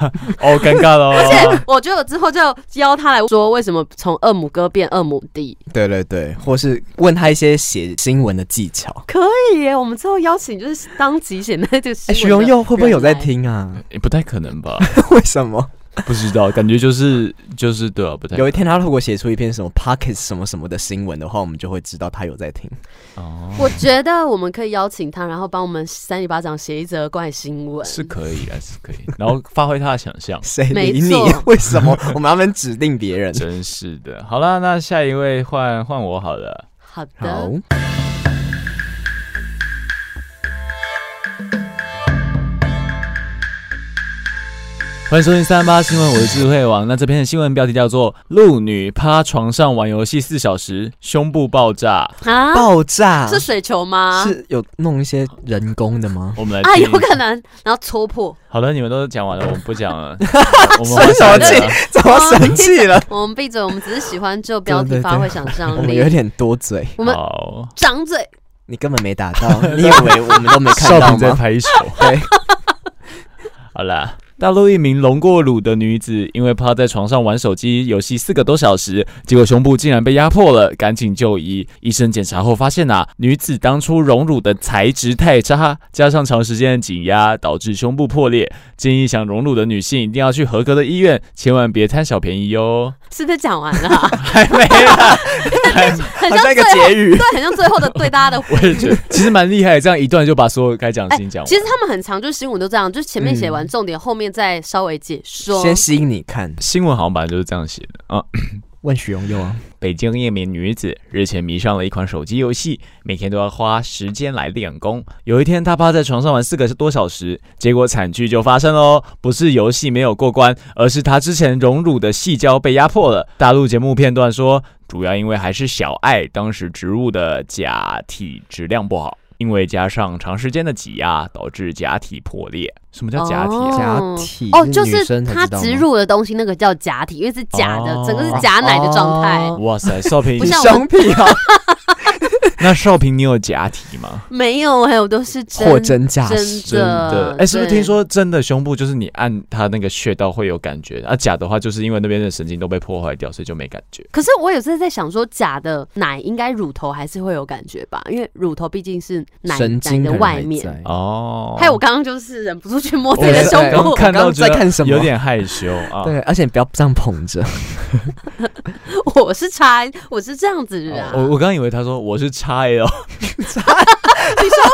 [SPEAKER 2] 尴尬了，
[SPEAKER 1] 而且我觉得我之后就邀他来说，为什么从二母哥变二母弟？
[SPEAKER 3] 对对对，或是问他一些写新闻的技巧。
[SPEAKER 1] 可以耶，我们之后邀请就是当即写那这个新
[SPEAKER 3] 哎，
[SPEAKER 1] 闻的
[SPEAKER 3] 徐荣佑会不会有在
[SPEAKER 1] 人来？
[SPEAKER 3] 听啊？ *laughs*
[SPEAKER 2] 也不太可能吧？
[SPEAKER 3] 为什么？
[SPEAKER 2] 不知道，感觉就是就是对啊，不太
[SPEAKER 3] 有一天他如果写出一篇什么 Pocket 什么什么的新闻的话，我们就会知道他有在听。，
[SPEAKER 2] 哦，
[SPEAKER 1] 我觉得我们可以邀请他，然后帮我们三里巴掌写一则怪新闻。
[SPEAKER 2] 是可以啊，是可以，然后发挥他的想象
[SPEAKER 3] 谁理
[SPEAKER 1] 没
[SPEAKER 3] 你
[SPEAKER 1] 错？
[SPEAKER 3] 为什么我们要们指定
[SPEAKER 2] *laughs*
[SPEAKER 3] 别人？
[SPEAKER 2] 真是的。好啦，那下一位换换我好了。
[SPEAKER 1] 好
[SPEAKER 3] 好
[SPEAKER 1] 的，，
[SPEAKER 2] 欢迎收听三八新闻，我是智慧王。那这篇的新闻标题叫做“鹿女趴床上玩游戏四小时，胸部爆炸
[SPEAKER 1] 啊，
[SPEAKER 3] 爆炸
[SPEAKER 1] 是水球吗？
[SPEAKER 3] 是哎有弄一些人工的吗”。？
[SPEAKER 2] 哎我们来
[SPEAKER 1] 啊，
[SPEAKER 2] 听
[SPEAKER 1] 有可能，然后戳破。
[SPEAKER 2] 好了，你们都讲完了，我们不讲 *laughs* 了。我们
[SPEAKER 3] 生什么气
[SPEAKER 2] 了？？
[SPEAKER 3] 怎么生气了？
[SPEAKER 1] 我们闭嘴，我们只是喜欢就标
[SPEAKER 3] 对
[SPEAKER 1] 题
[SPEAKER 3] 对对
[SPEAKER 1] 发挥想象
[SPEAKER 3] 我们
[SPEAKER 1] 力。
[SPEAKER 3] 有点多嘴，
[SPEAKER 1] 我们
[SPEAKER 2] 好，
[SPEAKER 1] 张嘴，
[SPEAKER 3] 你根本没打到，你以为我们都没看
[SPEAKER 2] 少
[SPEAKER 3] 到
[SPEAKER 2] 平在
[SPEAKER 3] 吗？
[SPEAKER 2] 拍手。
[SPEAKER 3] 对，
[SPEAKER 2] 好啦，大陆一名龙过乳的女子，因为趴在床上玩手机游戏四个多小时，结果胸部竟然被压迫了，赶紧就医。医生检查后发现啊，女子当初溶乳的材质太差，加上长时间的紧压，导致胸部破裂。建议想溶乳的女性一定要去合格的医院，千万别贪小便宜哟。
[SPEAKER 1] 是不是讲完
[SPEAKER 3] *laughs*
[SPEAKER 1] 了啊？
[SPEAKER 2] 还 *laughs* 没啦，还
[SPEAKER 1] 很像
[SPEAKER 3] 好像
[SPEAKER 1] 最
[SPEAKER 3] 一个
[SPEAKER 1] 后，
[SPEAKER 3] 结语。
[SPEAKER 1] 对，很像最后的对大家的
[SPEAKER 2] *laughs* 我
[SPEAKER 3] *laughs*
[SPEAKER 2] 也觉得其实蛮厉害的，这样一段就把所有该讲的事情讲完。
[SPEAKER 1] 其实他们很常就是新闻都这样，就是前面写完
[SPEAKER 3] 嗯
[SPEAKER 1] 重点，后面再稍微解说。
[SPEAKER 3] 先吸引你看，
[SPEAKER 2] 新闻好像本来就是这样写的啊。
[SPEAKER 3] 问许荣佑啊，
[SPEAKER 2] 北京一名女子日前迷上了一款手机游戏，每天都要花时间来练功。有一天，她趴在床上玩四个多小时，结果惨剧就发生喽！不是游戏没有过关，而是她之前荣辱的细胶被压破了。大陆节目片段说，主要因为还是小爱当时植入的假体质量不好，因为加上长时间的挤压，导致假体破裂。什么叫假体、啊？
[SPEAKER 3] 假
[SPEAKER 1] 哦
[SPEAKER 3] 体
[SPEAKER 1] 哦，就
[SPEAKER 3] 女
[SPEAKER 1] 是
[SPEAKER 3] 生才
[SPEAKER 1] 它
[SPEAKER 3] 知道吗
[SPEAKER 1] 植入的东西，那个叫假体，因为是假的
[SPEAKER 2] 哦，
[SPEAKER 1] 整个是假奶的状态。
[SPEAKER 3] 哦
[SPEAKER 2] 哇塞，少平
[SPEAKER 1] 不，像我
[SPEAKER 3] 胸屁啊，
[SPEAKER 2] 那少平，你有假体吗？
[SPEAKER 1] 没有哎，我都是真
[SPEAKER 3] 货真价实。
[SPEAKER 1] 真
[SPEAKER 2] 真的，哎、是不是
[SPEAKER 1] 对
[SPEAKER 2] 听说真的胸部就是你按它那个穴道会有感觉，啊假的话就是因为那边的神经都被破坏掉，所以就没感觉。
[SPEAKER 1] 可是我有时候在想说，假的奶应该乳头还是会有感觉吧，因为乳头毕竟是奶
[SPEAKER 3] 神
[SPEAKER 1] 奶
[SPEAKER 3] 经
[SPEAKER 1] 的
[SPEAKER 3] 可能
[SPEAKER 1] 外
[SPEAKER 3] 还
[SPEAKER 1] 面。
[SPEAKER 3] 在哦
[SPEAKER 2] 哦，
[SPEAKER 1] 还有我刚刚就是忍不住去摸自己
[SPEAKER 3] *laughs*
[SPEAKER 2] 我
[SPEAKER 1] 的
[SPEAKER 2] 是
[SPEAKER 1] 胸
[SPEAKER 3] 对
[SPEAKER 2] 刚
[SPEAKER 1] 部，
[SPEAKER 2] 看到
[SPEAKER 3] 我刚在
[SPEAKER 2] 觉得
[SPEAKER 3] 看什么
[SPEAKER 2] 有点害羞啊。
[SPEAKER 3] 对，而且不要这样捧着， *laughs*
[SPEAKER 1] 我是差，我是这样子的人啊。
[SPEAKER 3] 哦
[SPEAKER 2] 我我刚以为他说我是叉 L，
[SPEAKER 1] 你说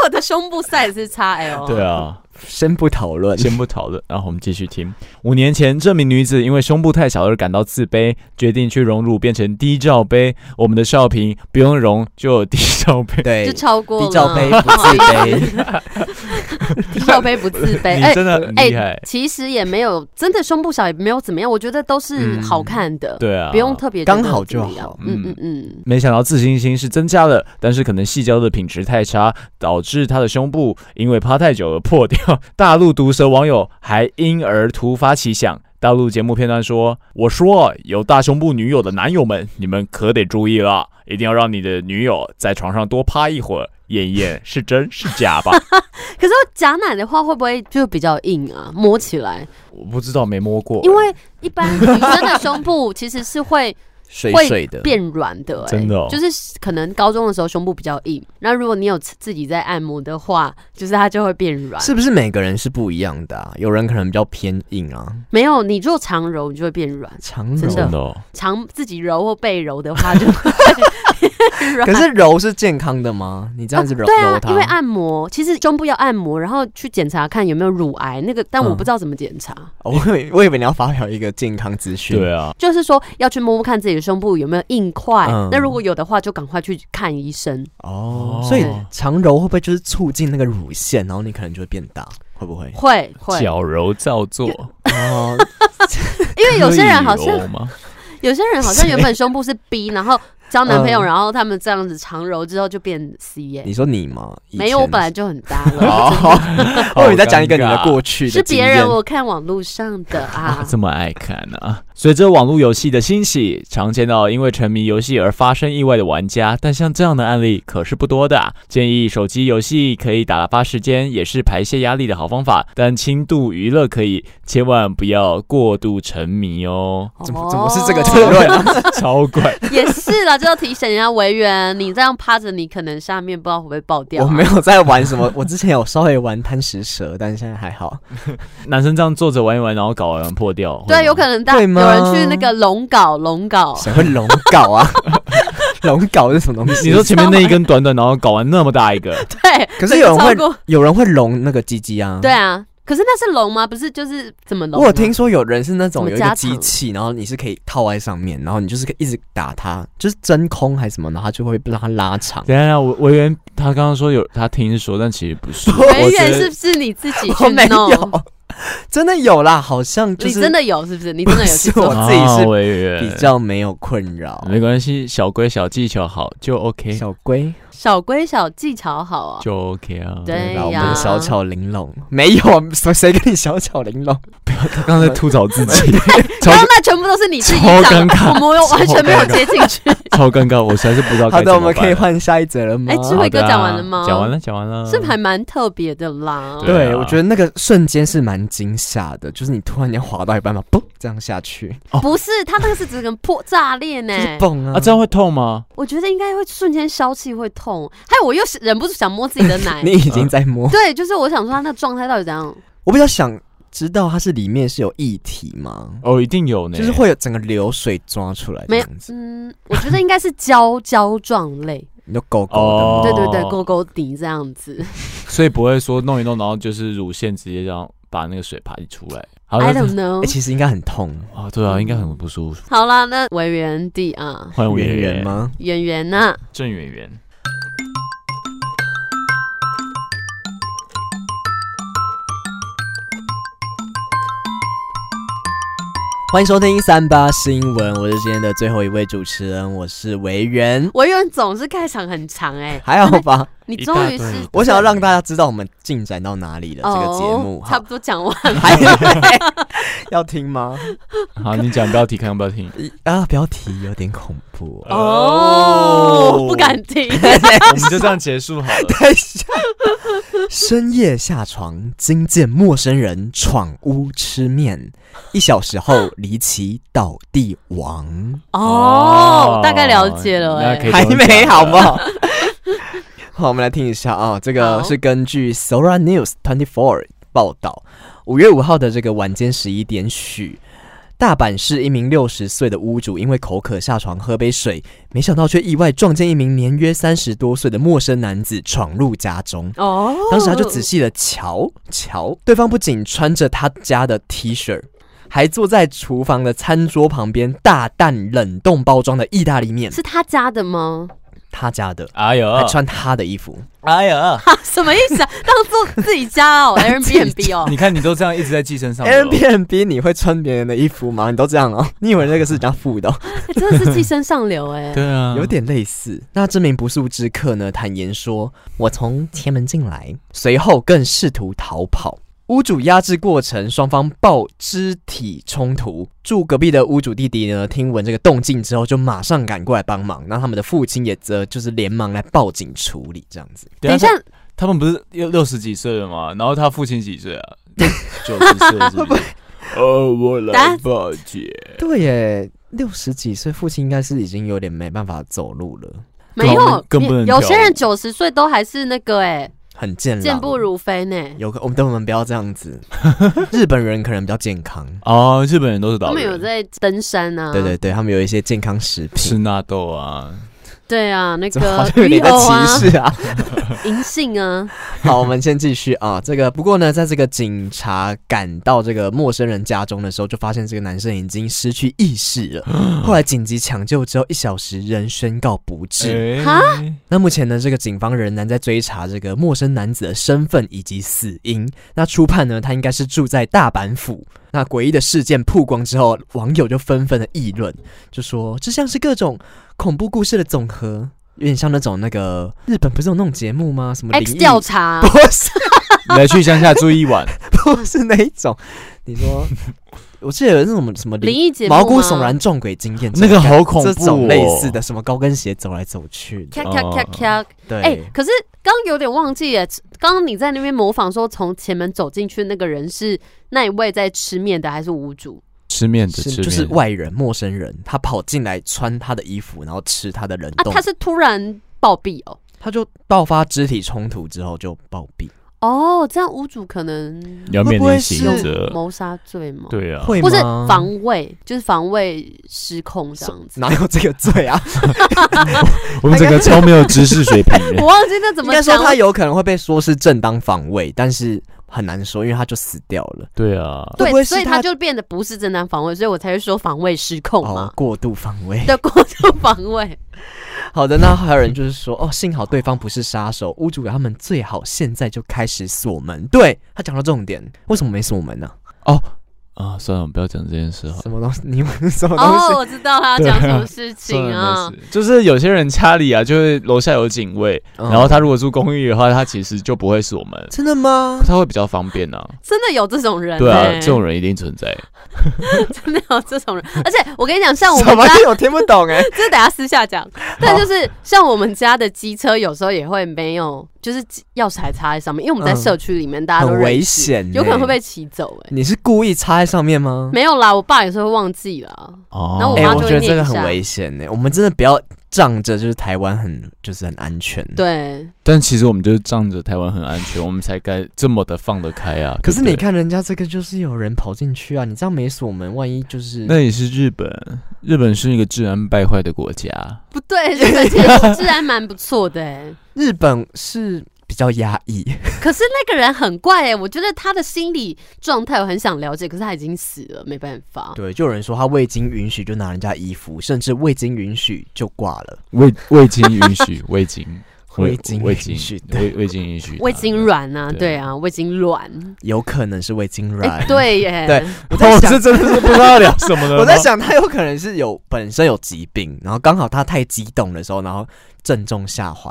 [SPEAKER 1] 我的胸部 size 是哎 XL，
[SPEAKER 2] *laughs* 对啊，
[SPEAKER 3] 先不讨论。
[SPEAKER 2] 先不讨论，然后我们继续听。五年前，这名女子因为胸部太小而感到自卑，决定去荣辱变成低罩杯。我们的少平不用荣就有低罩杯，
[SPEAKER 3] 对
[SPEAKER 1] 就，超过了。
[SPEAKER 3] 低罩杯不
[SPEAKER 1] *laughs*
[SPEAKER 3] 自卑，
[SPEAKER 1] 低罩杯不自
[SPEAKER 3] *laughs*
[SPEAKER 1] 卑。
[SPEAKER 2] 你
[SPEAKER 1] 哎
[SPEAKER 2] 真的很
[SPEAKER 1] 哎
[SPEAKER 2] 厉害。
[SPEAKER 1] 其实也没有真的胸部小，也没有怎么样，我觉得都是好看的，
[SPEAKER 2] 对啊，
[SPEAKER 1] 不用特别觉得
[SPEAKER 3] 嗯刚好就
[SPEAKER 1] 怎么样
[SPEAKER 3] 好
[SPEAKER 1] 嗯嗯嗯，
[SPEAKER 2] 没想到自信心是增加了，但是可能细胶的品质太差，导致他的胸部因为趴太久而破掉。大陆毒舌网友还因而突发奇想。大陆节目片段说：“我说有大胸部女友的男友们，你们可得注意了，一定要让你的女友在床上多趴一会儿，验验是真是假
[SPEAKER 1] *laughs*
[SPEAKER 2] 吧。
[SPEAKER 1] 可是假奶的话，会不会就比较硬啊？摸起来，”
[SPEAKER 2] 我不知道，没摸过，
[SPEAKER 1] 因为一般女生的胸部其实是会
[SPEAKER 3] 水水的，
[SPEAKER 1] 变软的、哎
[SPEAKER 3] *laughs*
[SPEAKER 2] 真的哦
[SPEAKER 1] 就是可能高中的时候胸部比较硬，那如果你有自己在按摩的话，就是它就会变软。
[SPEAKER 3] 是不是每个人是不一样的啊？有人可能比较偏硬啊，
[SPEAKER 1] 没有，你做长揉，你就会变软。
[SPEAKER 3] 长
[SPEAKER 1] 真
[SPEAKER 3] 柔。
[SPEAKER 2] 真的哦、
[SPEAKER 1] 长自己揉或被揉的
[SPEAKER 3] *laughs*
[SPEAKER 1] 话就啊会变 *laughs* 软。
[SPEAKER 3] 可是揉是健康的吗？你这样子揉、
[SPEAKER 1] 对啊
[SPEAKER 3] 揉，它，
[SPEAKER 1] 因为按摩，其实胸部要按摩，然后去检查看有没有乳癌那个，但我
[SPEAKER 3] 嗯
[SPEAKER 1] 不知道怎么检查。
[SPEAKER 3] 哦我以为 *laughs* 我以为你要发表一个健康资讯，
[SPEAKER 2] 对啊，
[SPEAKER 1] 就是说要去摸摸看自己的胸部有没有硬块，
[SPEAKER 3] 嗯
[SPEAKER 1] 那如果有的话，就赶快去看医
[SPEAKER 3] *laughs*
[SPEAKER 1] 生。？
[SPEAKER 3] 哦
[SPEAKER 2] 哦，
[SPEAKER 3] 所以长揉会不会就是促进那个乳腺，然后你可能就会变大，会不会
[SPEAKER 1] 会会，
[SPEAKER 2] 矫揉造作，
[SPEAKER 3] 哦，
[SPEAKER 1] 因为有些人好像
[SPEAKER 2] 可以揉哦 *laughs* 吗？
[SPEAKER 1] 有些人好像原本胸部是 B，然后交男朋友，
[SPEAKER 3] 嗯
[SPEAKER 1] 然后他们这样子长揉之后就变 C 耶、
[SPEAKER 3] *laughs* 你说你吗？以前
[SPEAKER 1] 没有，我本来就很大了。
[SPEAKER 3] 哦，我以为你在讲一 *laughs* 个你
[SPEAKER 2] 好尴
[SPEAKER 3] 的
[SPEAKER 2] 尬
[SPEAKER 3] 过去
[SPEAKER 1] 是
[SPEAKER 3] 的经
[SPEAKER 1] 别
[SPEAKER 3] 验，
[SPEAKER 1] 人，我看网络上的啊。
[SPEAKER 2] 啊，，这么爱看啊！随着网络游戏的兴起，常见到因为沉迷游戏而发生意外的玩家，但像这样的案例可是不多的、啊。建议手机游戏可以打发时间，也是排泄压力的好方法，但轻度娱乐可以，千万不要过度沉迷哦
[SPEAKER 3] *laughs*
[SPEAKER 1] *laughs*
[SPEAKER 3] 怎
[SPEAKER 1] 哦
[SPEAKER 3] 么怎么是这个结论啊？
[SPEAKER 2] 超怪，
[SPEAKER 1] 也是啦，就要提醒人家维园，你这样趴着，你可能下面不知道会不会爆掉、
[SPEAKER 3] 我
[SPEAKER 1] 啊。
[SPEAKER 3] 没有在玩什么，我之前有稍微玩贪食蛇，但是现在还好。
[SPEAKER 2] 男生这样坐着玩一玩，然后睾丸破掉，会吗
[SPEAKER 1] 对，有可能大
[SPEAKER 3] 会
[SPEAKER 1] 有
[SPEAKER 3] 吗
[SPEAKER 1] 人去那个龙稿，龙
[SPEAKER 3] *laughs*
[SPEAKER 1] 稿
[SPEAKER 3] 谁会龙
[SPEAKER 1] *laughs*
[SPEAKER 3] 搞啊？龙搞是什么东西？
[SPEAKER 2] 你说前面那一根短短，然后睾丸那么大
[SPEAKER 1] *laughs*
[SPEAKER 2] 一个，
[SPEAKER 1] 对，
[SPEAKER 3] 可
[SPEAKER 1] 整
[SPEAKER 3] 是
[SPEAKER 1] 个
[SPEAKER 3] 有人会嗯
[SPEAKER 1] 超过
[SPEAKER 3] 有人会龙那个鸡鸡啊？
[SPEAKER 1] 对。啊，可是那是龙吗？不是，就是怎么龙啊？
[SPEAKER 3] 我有听说有人是那
[SPEAKER 1] 怎
[SPEAKER 3] 种
[SPEAKER 1] 么
[SPEAKER 3] 有一
[SPEAKER 1] 加
[SPEAKER 3] 个
[SPEAKER 1] 长
[SPEAKER 3] 机器，然后你是可以套在上面，然后你就是可以一直打它，就是真空还是什么，然后它就会让它拉长。
[SPEAKER 2] 等一下，我维园他刚刚说有他听说，但其实不是，
[SPEAKER 1] 维
[SPEAKER 2] 我觉
[SPEAKER 1] 园
[SPEAKER 2] 得
[SPEAKER 1] 是不是你自己
[SPEAKER 3] 我
[SPEAKER 1] 去
[SPEAKER 3] 哦没
[SPEAKER 1] 弄？
[SPEAKER 3] 有，真的有啦，好像就
[SPEAKER 1] 你
[SPEAKER 3] 是
[SPEAKER 1] 真的有是不是？你真的有去
[SPEAKER 3] 是我
[SPEAKER 1] 做？
[SPEAKER 3] 自己是
[SPEAKER 2] 啊委员
[SPEAKER 3] 比较没有困扰。
[SPEAKER 2] 没关系，小归小技巧好就 OK，
[SPEAKER 3] 小龟，
[SPEAKER 1] 小归小，技巧好啊。
[SPEAKER 2] 就 OK 啊。
[SPEAKER 1] 对哎呀
[SPEAKER 3] 然后我们小巧玲珑没有啊，谁谁跟你小巧玲珑？
[SPEAKER 2] 他刚才吐槽自己，
[SPEAKER 1] *laughs*
[SPEAKER 2] 超
[SPEAKER 1] 刚刚哦那全部都是你自己
[SPEAKER 2] 超
[SPEAKER 1] 讲的
[SPEAKER 2] 尴，尬
[SPEAKER 1] 我们完全没有接进去。
[SPEAKER 2] 超尴尬，我实在是不知道该
[SPEAKER 3] *laughs* 好
[SPEAKER 2] 怎
[SPEAKER 3] 的，
[SPEAKER 2] 么
[SPEAKER 3] 我
[SPEAKER 2] 办。
[SPEAKER 3] 们可以换下一则了吗
[SPEAKER 1] 哎？智慧哥
[SPEAKER 2] 啊好的啊
[SPEAKER 1] 讲完了吗
[SPEAKER 2] 讲完了，讲完了。
[SPEAKER 1] 是不是还蛮特别的啦。
[SPEAKER 2] 嗯对
[SPEAKER 3] 对，
[SPEAKER 2] 啊
[SPEAKER 3] 我觉得那个瞬间是蛮惊吓的，就是你突然间滑到一半嘛，嘣这样下去，
[SPEAKER 1] 不是，他那个是整个破炸裂呢
[SPEAKER 3] 就。是蹦啊
[SPEAKER 2] 啊，这样会痛吗？
[SPEAKER 1] 我觉得应该会瞬间消气，会痛。还有，我又是忍不住想摸自己的奶
[SPEAKER 2] *laughs*
[SPEAKER 3] 你。已经在摸。
[SPEAKER 1] 对，就是我想说他那个状态到底怎样？
[SPEAKER 3] 我比较想知道它是里面是有液体吗？
[SPEAKER 2] 哦，一定有呢，
[SPEAKER 3] 就是会有整个流水抓出来这
[SPEAKER 1] 没有
[SPEAKER 3] 样，子，
[SPEAKER 1] 嗯，我觉得应该是胶胶状类，
[SPEAKER 3] 你就狗狗的吗。
[SPEAKER 1] 对对对
[SPEAKER 2] 哦，
[SPEAKER 1] 勾勾底这样子。
[SPEAKER 2] 所以不会说弄一弄，然后就是乳腺直接这样把那个水排出来。好
[SPEAKER 1] I
[SPEAKER 2] 像
[SPEAKER 1] don't 嗯 know
[SPEAKER 2] *laughs*
[SPEAKER 3] 哎，。其实应该很痛。
[SPEAKER 2] 啊，对啊，应该很不舒服。
[SPEAKER 1] 好啦，那委员弟啊，
[SPEAKER 2] 欢迎
[SPEAKER 3] 圆圆？吗？
[SPEAKER 1] 演员呐，
[SPEAKER 2] 郑圆圆，
[SPEAKER 3] 欢迎收听三八新闻，我是今天的最后一位主持人，我是维园，
[SPEAKER 1] 委员总是开场很长哎，
[SPEAKER 3] 还好
[SPEAKER 1] *laughs*
[SPEAKER 3] 吧？
[SPEAKER 1] 你
[SPEAKER 2] 一
[SPEAKER 1] 终
[SPEAKER 2] 大
[SPEAKER 1] 于
[SPEAKER 2] 堆
[SPEAKER 1] 是
[SPEAKER 3] 我想要让大家知道我们进展到哪里了。这个节目
[SPEAKER 1] 哦，差
[SPEAKER 3] 好
[SPEAKER 1] 不多讲完。
[SPEAKER 3] *laughs* 还要听吗？
[SPEAKER 2] 好，你讲标题，看要不要
[SPEAKER 1] *laughs*
[SPEAKER 2] 听？呃
[SPEAKER 3] 啊，标题有点恐怖、哦。
[SPEAKER 1] 哦，不敢听。
[SPEAKER 2] *laughs* 我们就这样结束好了。
[SPEAKER 3] 等一下，深夜下床惊见陌生人闯屋吃面，一小时后离奇倒地亡。
[SPEAKER 1] 哦，大概了解了
[SPEAKER 2] 那
[SPEAKER 1] 哎
[SPEAKER 2] 可以。
[SPEAKER 3] 还
[SPEAKER 2] 不用
[SPEAKER 3] 没
[SPEAKER 2] 讲啊
[SPEAKER 3] 好
[SPEAKER 2] 了
[SPEAKER 3] 不好？ *laughs* 好，我们来听一下啊，这个
[SPEAKER 1] 好
[SPEAKER 3] 是根据 Sora News Twenty Four 报道，五月五号的这个晚间十一点许。大阪市一名六十岁的屋主因为口渴下床喝杯水，没想到却意外撞见一名年约三十多岁的陌生男子闯入家中。
[SPEAKER 1] 哦，
[SPEAKER 3] 当时他就仔细的瞧瞧，对方不仅穿着他家的 T 恤，还坐在厨房的餐桌旁边大啖冷冻包装的意大利面，
[SPEAKER 1] 是他家的吗？
[SPEAKER 3] 他家的，
[SPEAKER 1] *laughs*
[SPEAKER 2] 哎呦，
[SPEAKER 3] 还穿他的衣服。
[SPEAKER 2] 哎呦，
[SPEAKER 1] 哈，什么意思啊？当做自己家
[SPEAKER 3] *laughs*
[SPEAKER 1] 哦，Airbnb 哦。
[SPEAKER 2] 你看你都这样一直在寄生上流。
[SPEAKER 3] Airbnb 你会穿别人的衣服吗？你都这样哦？你以为那个是人家付的哦、
[SPEAKER 1] 欸真的是寄生上流
[SPEAKER 2] *laughs*
[SPEAKER 1] 哎、
[SPEAKER 2] 对啊，
[SPEAKER 3] 有点类似。那这名不速之客呢，坦言说：“我从前门进来，随后更试图逃跑。”屋主压制过程，双方爆肢体冲突。住隔壁的屋主弟弟呢，听闻这个动静之后，就马上赶过来帮忙。那他们的父亲也则就是连忙来报警处理，这样子。
[SPEAKER 1] 等一下
[SPEAKER 2] 他，，他们不是六六十几岁了吗？然后他父亲几岁啊？
[SPEAKER 1] *laughs*
[SPEAKER 2] 九十岁是不是？哦，我
[SPEAKER 1] 来
[SPEAKER 2] 报警。
[SPEAKER 3] 对耶，六十几岁，父亲应该是已经有点没办法走路了，
[SPEAKER 1] 没有
[SPEAKER 2] 更，更不能
[SPEAKER 1] 有些
[SPEAKER 2] 跳
[SPEAKER 1] 人
[SPEAKER 2] 舞
[SPEAKER 1] 九十岁都还是那个哎、
[SPEAKER 3] 很健朗
[SPEAKER 1] 健步如飞呢、
[SPEAKER 3] 有个，我们等我们不要这样子。 *laughs* 日本人可能比较健康，
[SPEAKER 2] 哦，日本人都是
[SPEAKER 1] 他
[SPEAKER 2] 老
[SPEAKER 1] 们有
[SPEAKER 2] 人，
[SPEAKER 1] 在登山啊，
[SPEAKER 3] 对对对，他们有一些健康食
[SPEAKER 2] 吃
[SPEAKER 3] 品。
[SPEAKER 2] 纳豆啊。
[SPEAKER 1] 对啊，那
[SPEAKER 3] 怎么好
[SPEAKER 1] 个
[SPEAKER 3] 像有
[SPEAKER 1] 鱼
[SPEAKER 3] 点在
[SPEAKER 1] 偶啊，
[SPEAKER 3] 歧视啊？
[SPEAKER 1] 银杏啊，
[SPEAKER 3] 好，我们先继续啊。这个不过呢，在这个警察赶到这个陌生人家中的时候，就发现这个男生已经失去意识了。
[SPEAKER 1] *gasps*
[SPEAKER 3] 后来紧急抢救之后，一小时人宣告不
[SPEAKER 2] 哎
[SPEAKER 3] 治。
[SPEAKER 1] 哈
[SPEAKER 3] 那目前呢，这个警方仍然在追查这个陌生男子的身份以及死因。那初判呢，他应该是住在大阪府。那诡异的事件曝光之后，网友就纷纷的议论，就说这像是各种恐怖故事的总和，有点像那种那个日本不是有那种节目吗？什么 *laughs* 灵
[SPEAKER 1] ，X
[SPEAKER 3] 异
[SPEAKER 1] 调查
[SPEAKER 3] 不是
[SPEAKER 2] 你来去乡下住一晚，
[SPEAKER 3] 不是那一种。你说， *laughs* 我记得有那种什么什么
[SPEAKER 1] 灵异节目
[SPEAKER 3] 毛骨
[SPEAKER 1] 吗
[SPEAKER 3] 悚然撞鬼经验之
[SPEAKER 2] 那
[SPEAKER 3] 类的，
[SPEAKER 2] 个好恐怖、
[SPEAKER 3] 这
[SPEAKER 2] 哦，
[SPEAKER 3] 种类似的，什么高跟鞋走来走去的，
[SPEAKER 1] 咔咔咔咔，
[SPEAKER 3] 对，
[SPEAKER 1] 哎、可是刚有点忘记耶，刚刚你在那边模仿说从前门走进去那个人是那一位在吃面的还是屋主？
[SPEAKER 2] 吃面的，
[SPEAKER 3] 是
[SPEAKER 2] 吃面的
[SPEAKER 3] 就是外人陌生人，他跑进来穿他的衣服，然后吃他的冷
[SPEAKER 1] 啊，
[SPEAKER 3] 冻，
[SPEAKER 1] 他是突然暴毙哦。
[SPEAKER 3] 他就爆发肢体冲突之后就暴毙，
[SPEAKER 1] 哦，这样屋主可能
[SPEAKER 2] 你要面
[SPEAKER 3] 会不会
[SPEAKER 2] 临
[SPEAKER 3] 是
[SPEAKER 2] 刑责。
[SPEAKER 1] 谋杀罪吗？，
[SPEAKER 2] 对啊，
[SPEAKER 3] 会
[SPEAKER 1] 或
[SPEAKER 3] 吗？
[SPEAKER 1] 是防卫，就是防卫失控这样子。
[SPEAKER 3] *laughs* 哪有这个罪啊？
[SPEAKER 2] 我们整
[SPEAKER 1] *laughs*
[SPEAKER 2] 个超没有知识水平
[SPEAKER 1] *laughs*
[SPEAKER 2] 的。
[SPEAKER 1] 我忘记那怎
[SPEAKER 3] 应
[SPEAKER 1] 么
[SPEAKER 3] 该说
[SPEAKER 1] 讲，
[SPEAKER 3] 他有可能会被说是正当防卫，但是很难说，因为他就死掉了。
[SPEAKER 2] 对啊，
[SPEAKER 3] 会不会
[SPEAKER 1] 对，
[SPEAKER 3] 是
[SPEAKER 1] 所以
[SPEAKER 3] 他
[SPEAKER 1] 他就变得不是正当防卫，所以我才会说防卫失控
[SPEAKER 3] 哦
[SPEAKER 1] 嘛，。
[SPEAKER 3] 过度防卫。
[SPEAKER 1] 对，过度防
[SPEAKER 3] *laughs*
[SPEAKER 1] 卫，
[SPEAKER 3] 好的，那还有人就是说，哦，幸好对方不是杀手，屋主他们最好现在就开始锁门。对他讲到重点，为什么没锁门呢、
[SPEAKER 2] 啊，算了，我们不要讲这件事好了。
[SPEAKER 3] 什么东西？你们什么东西？
[SPEAKER 1] 哦，我知道他要
[SPEAKER 2] 对啊
[SPEAKER 1] 讲什么事情
[SPEAKER 3] *laughs*
[SPEAKER 1] 啊
[SPEAKER 2] 算。了没事就是有些人家里啊，就是楼下有警卫，
[SPEAKER 3] 嗯
[SPEAKER 2] 然后他如果住公寓的话，他其实就不会锁门，
[SPEAKER 3] 真的吗？
[SPEAKER 2] 他会比较方便啊。
[SPEAKER 1] 真的有这种人、欸，
[SPEAKER 2] 对啊，这种人一定存在。
[SPEAKER 1] *laughs* 真的有这种人，而且我跟你讲，像我
[SPEAKER 3] 什
[SPEAKER 1] 们
[SPEAKER 3] 么
[SPEAKER 1] 家，
[SPEAKER 3] 我听不懂哎、
[SPEAKER 1] 这等下私下讲，但就是像我们家的机车，有时候也会没有，就是钥匙还插在上面，因为我们在
[SPEAKER 3] 嗯
[SPEAKER 1] 社区里面，大家都
[SPEAKER 3] 很
[SPEAKER 1] 认识
[SPEAKER 3] 危险欸嗯
[SPEAKER 1] 有可能会被骑走、欸，哎，
[SPEAKER 3] *laughs* 你是故意插在上面吗？
[SPEAKER 1] 没有啦，我爸有时候会忘记啦。
[SPEAKER 2] 哦
[SPEAKER 1] 然后我
[SPEAKER 3] 哎、
[SPEAKER 1] 妈
[SPEAKER 3] 我
[SPEAKER 1] 就会
[SPEAKER 3] 觉得
[SPEAKER 1] 念
[SPEAKER 3] 这个
[SPEAKER 1] 一
[SPEAKER 3] 很
[SPEAKER 1] 下
[SPEAKER 3] 危险欸呢、我们真的不要仗着就是台湾很就是很安全。。
[SPEAKER 1] 对，
[SPEAKER 3] 嗯
[SPEAKER 2] 但其实我们就是仗着台湾很安全，我们才该这么的放得开啊。
[SPEAKER 3] 可是
[SPEAKER 2] 对
[SPEAKER 3] 你
[SPEAKER 2] 不对，
[SPEAKER 3] 看人家这个，就是有人跑进去啊！你这样没锁门，万一
[SPEAKER 1] 嗯
[SPEAKER 3] 就是
[SPEAKER 2] 那也是日本，日本是一个治安败坏的国家。
[SPEAKER 1] 不对，日本其实治安蛮不错的、欸，
[SPEAKER 3] 日本是比较压抑， *laughs*
[SPEAKER 1] 可是那个人很怪哎、我觉得他的心理状态我很想了解，可是他已经死了，没办法。
[SPEAKER 3] 对，就有人说他未经允许就拿人家衣服，甚至未经允许就挂了，
[SPEAKER 2] 未未经允许，未经
[SPEAKER 3] *laughs* 未经
[SPEAKER 2] 未
[SPEAKER 3] 允许
[SPEAKER 2] 经
[SPEAKER 3] 的
[SPEAKER 2] 未未经允许，
[SPEAKER 1] 胃痉
[SPEAKER 2] 软。
[SPEAKER 1] 挛啊，
[SPEAKER 2] 对
[SPEAKER 1] 对啊，胃痉挛，
[SPEAKER 3] 有可能是未经
[SPEAKER 1] 哎、
[SPEAKER 3] 软。
[SPEAKER 1] 对耶，
[SPEAKER 3] 对我在
[SPEAKER 2] 我哦
[SPEAKER 3] 想
[SPEAKER 2] 这真的是不知道要聊什么了。
[SPEAKER 3] *laughs* 我在，想他有可能是有本身有疾病，然后刚好他太激动的时候，然后正中下怀。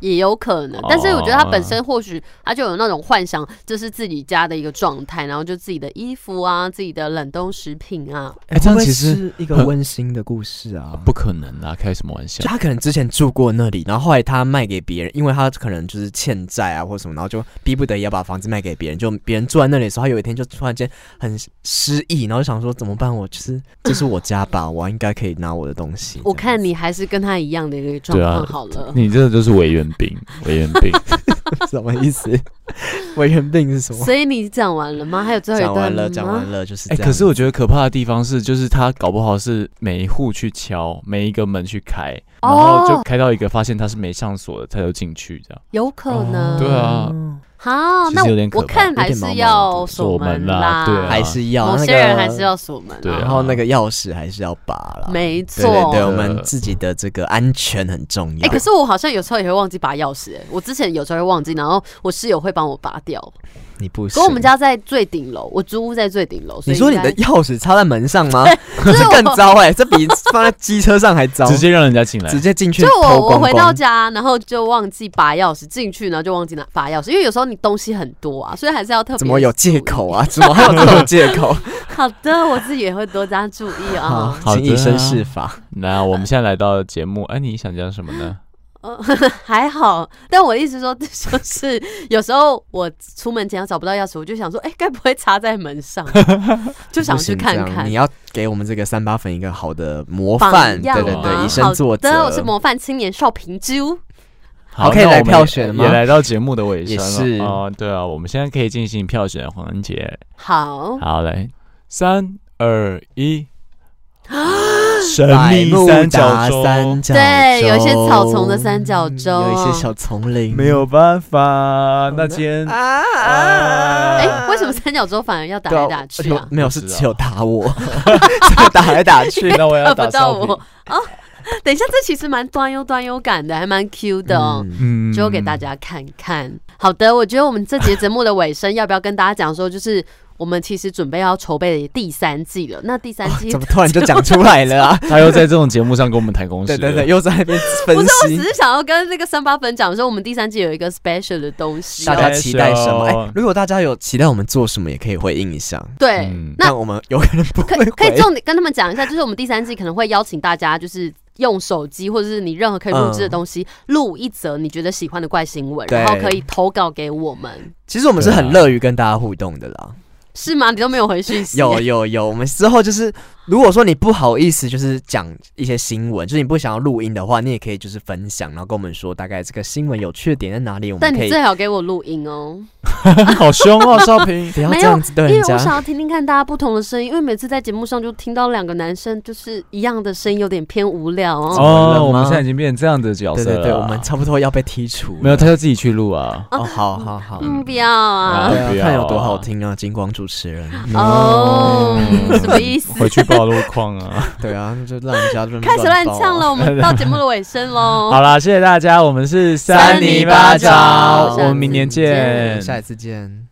[SPEAKER 1] 也有可能
[SPEAKER 2] 哦，
[SPEAKER 1] 但是我觉得他本身或许他就有那种幻想，这是自己家的一个状态，然后就自己的衣服啊，自己的冷冻食品啊，
[SPEAKER 2] 哎，这样
[SPEAKER 3] 会不会
[SPEAKER 2] 其实
[SPEAKER 3] 是一个
[SPEAKER 2] 很
[SPEAKER 3] 温馨的故事啊。
[SPEAKER 2] 不可能啊，开什么
[SPEAKER 1] *laughs*
[SPEAKER 2] 玩笑
[SPEAKER 3] 就？他可能之前住过那里，然后后来他卖给别人，因为他可能就是欠债啊或什么，然后就逼不得已要把房子卖给别人。就别人住在那里的时候，他有一天就突然间很失意，然后就想说怎么办？我就是这是我家吧，我应该可以拿我的东西。
[SPEAKER 1] 我
[SPEAKER 3] 这样
[SPEAKER 1] 看
[SPEAKER 3] 子
[SPEAKER 1] 你还是跟他一样的一个状
[SPEAKER 2] 对
[SPEAKER 1] 况
[SPEAKER 2] 啊
[SPEAKER 1] 好了。
[SPEAKER 2] 你这就是委员兵，委员兵。
[SPEAKER 3] *laughs* 什么意思？委员病
[SPEAKER 1] *laughs*
[SPEAKER 3] 是什么？
[SPEAKER 1] 所以你讲完了吗？还有最后一
[SPEAKER 3] 讲
[SPEAKER 1] 段
[SPEAKER 3] 完
[SPEAKER 1] 吗
[SPEAKER 3] 了，？讲完了，就是这
[SPEAKER 2] 哎、
[SPEAKER 3] 样。
[SPEAKER 2] 可是我觉得可怕的地方是，就是他搞不好是每一户去敲，每一个门去开，然后就
[SPEAKER 1] 哦
[SPEAKER 2] 开到一个发现他是没上锁的，他就进去这样。
[SPEAKER 1] 有可
[SPEAKER 3] 哦
[SPEAKER 1] 能。
[SPEAKER 2] 对啊
[SPEAKER 1] 好，
[SPEAKER 2] 其实
[SPEAKER 1] 那
[SPEAKER 2] 有点
[SPEAKER 1] 我
[SPEAKER 2] 可怕
[SPEAKER 1] 我看还是要锁门啦，
[SPEAKER 2] 锁门啦对啊
[SPEAKER 3] 还是要
[SPEAKER 1] 某
[SPEAKER 3] 哎那
[SPEAKER 1] 些
[SPEAKER 3] 个
[SPEAKER 1] 人还是要锁门
[SPEAKER 2] 对啊
[SPEAKER 1] 啊。
[SPEAKER 3] 然后那个钥匙还是要拔了。
[SPEAKER 1] 没
[SPEAKER 3] 对对
[SPEAKER 1] 错
[SPEAKER 3] 对，，
[SPEAKER 2] 呃
[SPEAKER 3] 我们自己的这个安全很重
[SPEAKER 1] 哎，
[SPEAKER 3] 要。
[SPEAKER 1] 可是我好像有时候也会忘记拔钥匙，哎，我之前有时候会忘记，然后我室友会帮我拔掉。
[SPEAKER 3] 你不
[SPEAKER 1] 可我们
[SPEAKER 3] 行
[SPEAKER 1] 家在最顶楼，我租屋在最顶楼，所
[SPEAKER 3] 你
[SPEAKER 1] 以
[SPEAKER 3] 说你
[SPEAKER 1] 应该
[SPEAKER 3] 的钥匙插在门上
[SPEAKER 1] *laughs*
[SPEAKER 3] 吗？ *laughs*
[SPEAKER 1] 就
[SPEAKER 3] 这
[SPEAKER 1] 是
[SPEAKER 3] 更
[SPEAKER 1] 我。
[SPEAKER 3] 糟哎、这比放在机车上还糟，
[SPEAKER 2] 直接让人家进来
[SPEAKER 3] 直。接进去
[SPEAKER 1] 就
[SPEAKER 3] 偷
[SPEAKER 1] 我我
[SPEAKER 3] 光
[SPEAKER 1] 回到
[SPEAKER 3] 光。
[SPEAKER 1] 家，然后就忘记拔钥匙进去，然后就忘记拿拔钥匙，因为有时候你东西很多啊，所以还是要特别
[SPEAKER 3] *laughs* 怎么有借
[SPEAKER 1] 注意
[SPEAKER 3] 口？啊？怎么还有这种借口？
[SPEAKER 1] *laughs* 好的，我自己也会多加注意啊。
[SPEAKER 2] 好
[SPEAKER 3] 请以
[SPEAKER 2] 的啊
[SPEAKER 3] 身试法。
[SPEAKER 2] 那我们现在来到节目，哎、你想讲什么呢？
[SPEAKER 1] 呃， *laughs* 还好，但我的意思说， *laughs* 就是有时候我出门前找不到钥匙，我就想说，哎、该不会插在门上？就想
[SPEAKER 3] 不
[SPEAKER 1] 去
[SPEAKER 3] 行
[SPEAKER 1] 看
[SPEAKER 3] 这样
[SPEAKER 1] 看
[SPEAKER 3] 你。要给我们这个三八粉一个好的模
[SPEAKER 1] 榜
[SPEAKER 3] 范，
[SPEAKER 1] 样
[SPEAKER 3] 对对对，
[SPEAKER 1] 啊
[SPEAKER 3] 以身作则。
[SPEAKER 1] 好的，我是模范青年邵平珠。
[SPEAKER 2] 好，
[SPEAKER 3] 可以
[SPEAKER 2] 那
[SPEAKER 3] 来
[SPEAKER 2] 我们
[SPEAKER 3] 票
[SPEAKER 2] 也
[SPEAKER 3] 选了吗
[SPEAKER 2] 也来到节目的尾声
[SPEAKER 3] 也是
[SPEAKER 2] 了。哦，对啊，我们现在可以进行票选环节。
[SPEAKER 1] 好，
[SPEAKER 2] 好，来，三二
[SPEAKER 3] *gasps*
[SPEAKER 2] 一，神
[SPEAKER 3] 百
[SPEAKER 2] 秘
[SPEAKER 3] 慕
[SPEAKER 2] 三角
[SPEAKER 3] 达
[SPEAKER 2] 洲，
[SPEAKER 3] 三角洲，
[SPEAKER 1] 对，有一些草丛的三角洲，
[SPEAKER 3] 有一些小丛林，
[SPEAKER 2] 没有办法，那今天
[SPEAKER 3] 啊啊！
[SPEAKER 1] 哎、为什么三角洲反而要打
[SPEAKER 3] 对啊
[SPEAKER 1] 来打去啊？
[SPEAKER 3] 没有，是
[SPEAKER 2] 不知道
[SPEAKER 3] 只有打我， *laughs* 只有打来打
[SPEAKER 1] *laughs*
[SPEAKER 3] 去。
[SPEAKER 2] 那我也要
[SPEAKER 1] 看不
[SPEAKER 2] 打
[SPEAKER 1] 到
[SPEAKER 2] 扫屏
[SPEAKER 1] 我。哦。等一下，这其实蛮端优端优感的，还蛮 Q 的哦。
[SPEAKER 3] 嗯
[SPEAKER 2] 嗯
[SPEAKER 1] 就给大家看看。好的，我觉得我们这节节目的尾声，要不要跟大家讲说，就是我们其实准备要筹备第三季了。那第三季、
[SPEAKER 3] 哦怎么突然就讲出来了啊？
[SPEAKER 2] 他又在这种节目上跟我们谈公事
[SPEAKER 3] 对
[SPEAKER 1] *laughs*
[SPEAKER 2] 了，
[SPEAKER 3] 对对，又在那边分
[SPEAKER 1] *laughs* 不是，我
[SPEAKER 3] 析
[SPEAKER 1] 只。是想要跟那个三八粉讲说，我们第三季有一个 special 的东西
[SPEAKER 3] 大
[SPEAKER 1] 哦。
[SPEAKER 3] 家期待什么？
[SPEAKER 2] 谢谢
[SPEAKER 3] 哎、如果大家有期待我们做什么，也可以回应一下。
[SPEAKER 1] 对，
[SPEAKER 2] 嗯
[SPEAKER 1] 那
[SPEAKER 3] 但我们有可能不 *laughs*
[SPEAKER 1] 可
[SPEAKER 3] 会
[SPEAKER 1] 可以
[SPEAKER 3] 回
[SPEAKER 1] 重点跟他们讲一下，就是我们第三季可能会邀请大家，就是。用手机或者是你任何可以录制的东西，录、一则你觉得喜欢的怪新闻，
[SPEAKER 3] 对
[SPEAKER 1] 然后可以投稿给我们，
[SPEAKER 3] 其实我们是很乐于跟大家互动的啦。
[SPEAKER 1] 是吗？你都没有回讯息，啊
[SPEAKER 3] 有有有，我们之后就是如果说你不好意思，就是讲一些新闻，就是你不想要录音的话，你也可以就是分享，然后跟我们说大概这个新闻有趣的点在哪里，我
[SPEAKER 1] 但
[SPEAKER 3] 们可
[SPEAKER 1] 你
[SPEAKER 3] 以
[SPEAKER 1] 最好给我录音哦，
[SPEAKER 2] 好凶哦，少平。
[SPEAKER 3] 不要
[SPEAKER 1] *laughs* 没
[SPEAKER 3] 这
[SPEAKER 1] 有
[SPEAKER 3] 样子对
[SPEAKER 1] 因为
[SPEAKER 3] 人
[SPEAKER 1] 我想
[SPEAKER 3] 家。
[SPEAKER 1] 要听听看大家不同的声音，因为每次在节目上就听到两个男生就是一样的声音，有点偏无聊哦。
[SPEAKER 3] 么了
[SPEAKER 2] 哦，
[SPEAKER 3] 吗
[SPEAKER 2] 我们现在已经变成这样的角
[SPEAKER 3] 对
[SPEAKER 2] 色了啊。
[SPEAKER 3] 对对，我们差不多要被剔除了。
[SPEAKER 2] 没有，他就自己去录啊。
[SPEAKER 3] 哦，好好好，
[SPEAKER 1] 嗯，不要啊。
[SPEAKER 2] 啊
[SPEAKER 3] 对啊
[SPEAKER 2] 不要啊
[SPEAKER 3] 看有多好听啊！金光主持人，
[SPEAKER 1] 哦，
[SPEAKER 3] 嗯
[SPEAKER 1] 什么意
[SPEAKER 3] *laughs*
[SPEAKER 1] 思？
[SPEAKER 2] *laughs* 回去暴露框啊！
[SPEAKER 3] 对啊，就让人家
[SPEAKER 1] 开始
[SPEAKER 3] 啊
[SPEAKER 1] 乱唱了，。我们到节目的尾声
[SPEAKER 3] *laughs*
[SPEAKER 1] 喽。
[SPEAKER 2] 好啦，谢谢大家，我们是
[SPEAKER 1] 三
[SPEAKER 3] 泥巴掌
[SPEAKER 2] 我们明年
[SPEAKER 1] 下次
[SPEAKER 2] 见。
[SPEAKER 3] 下一次见。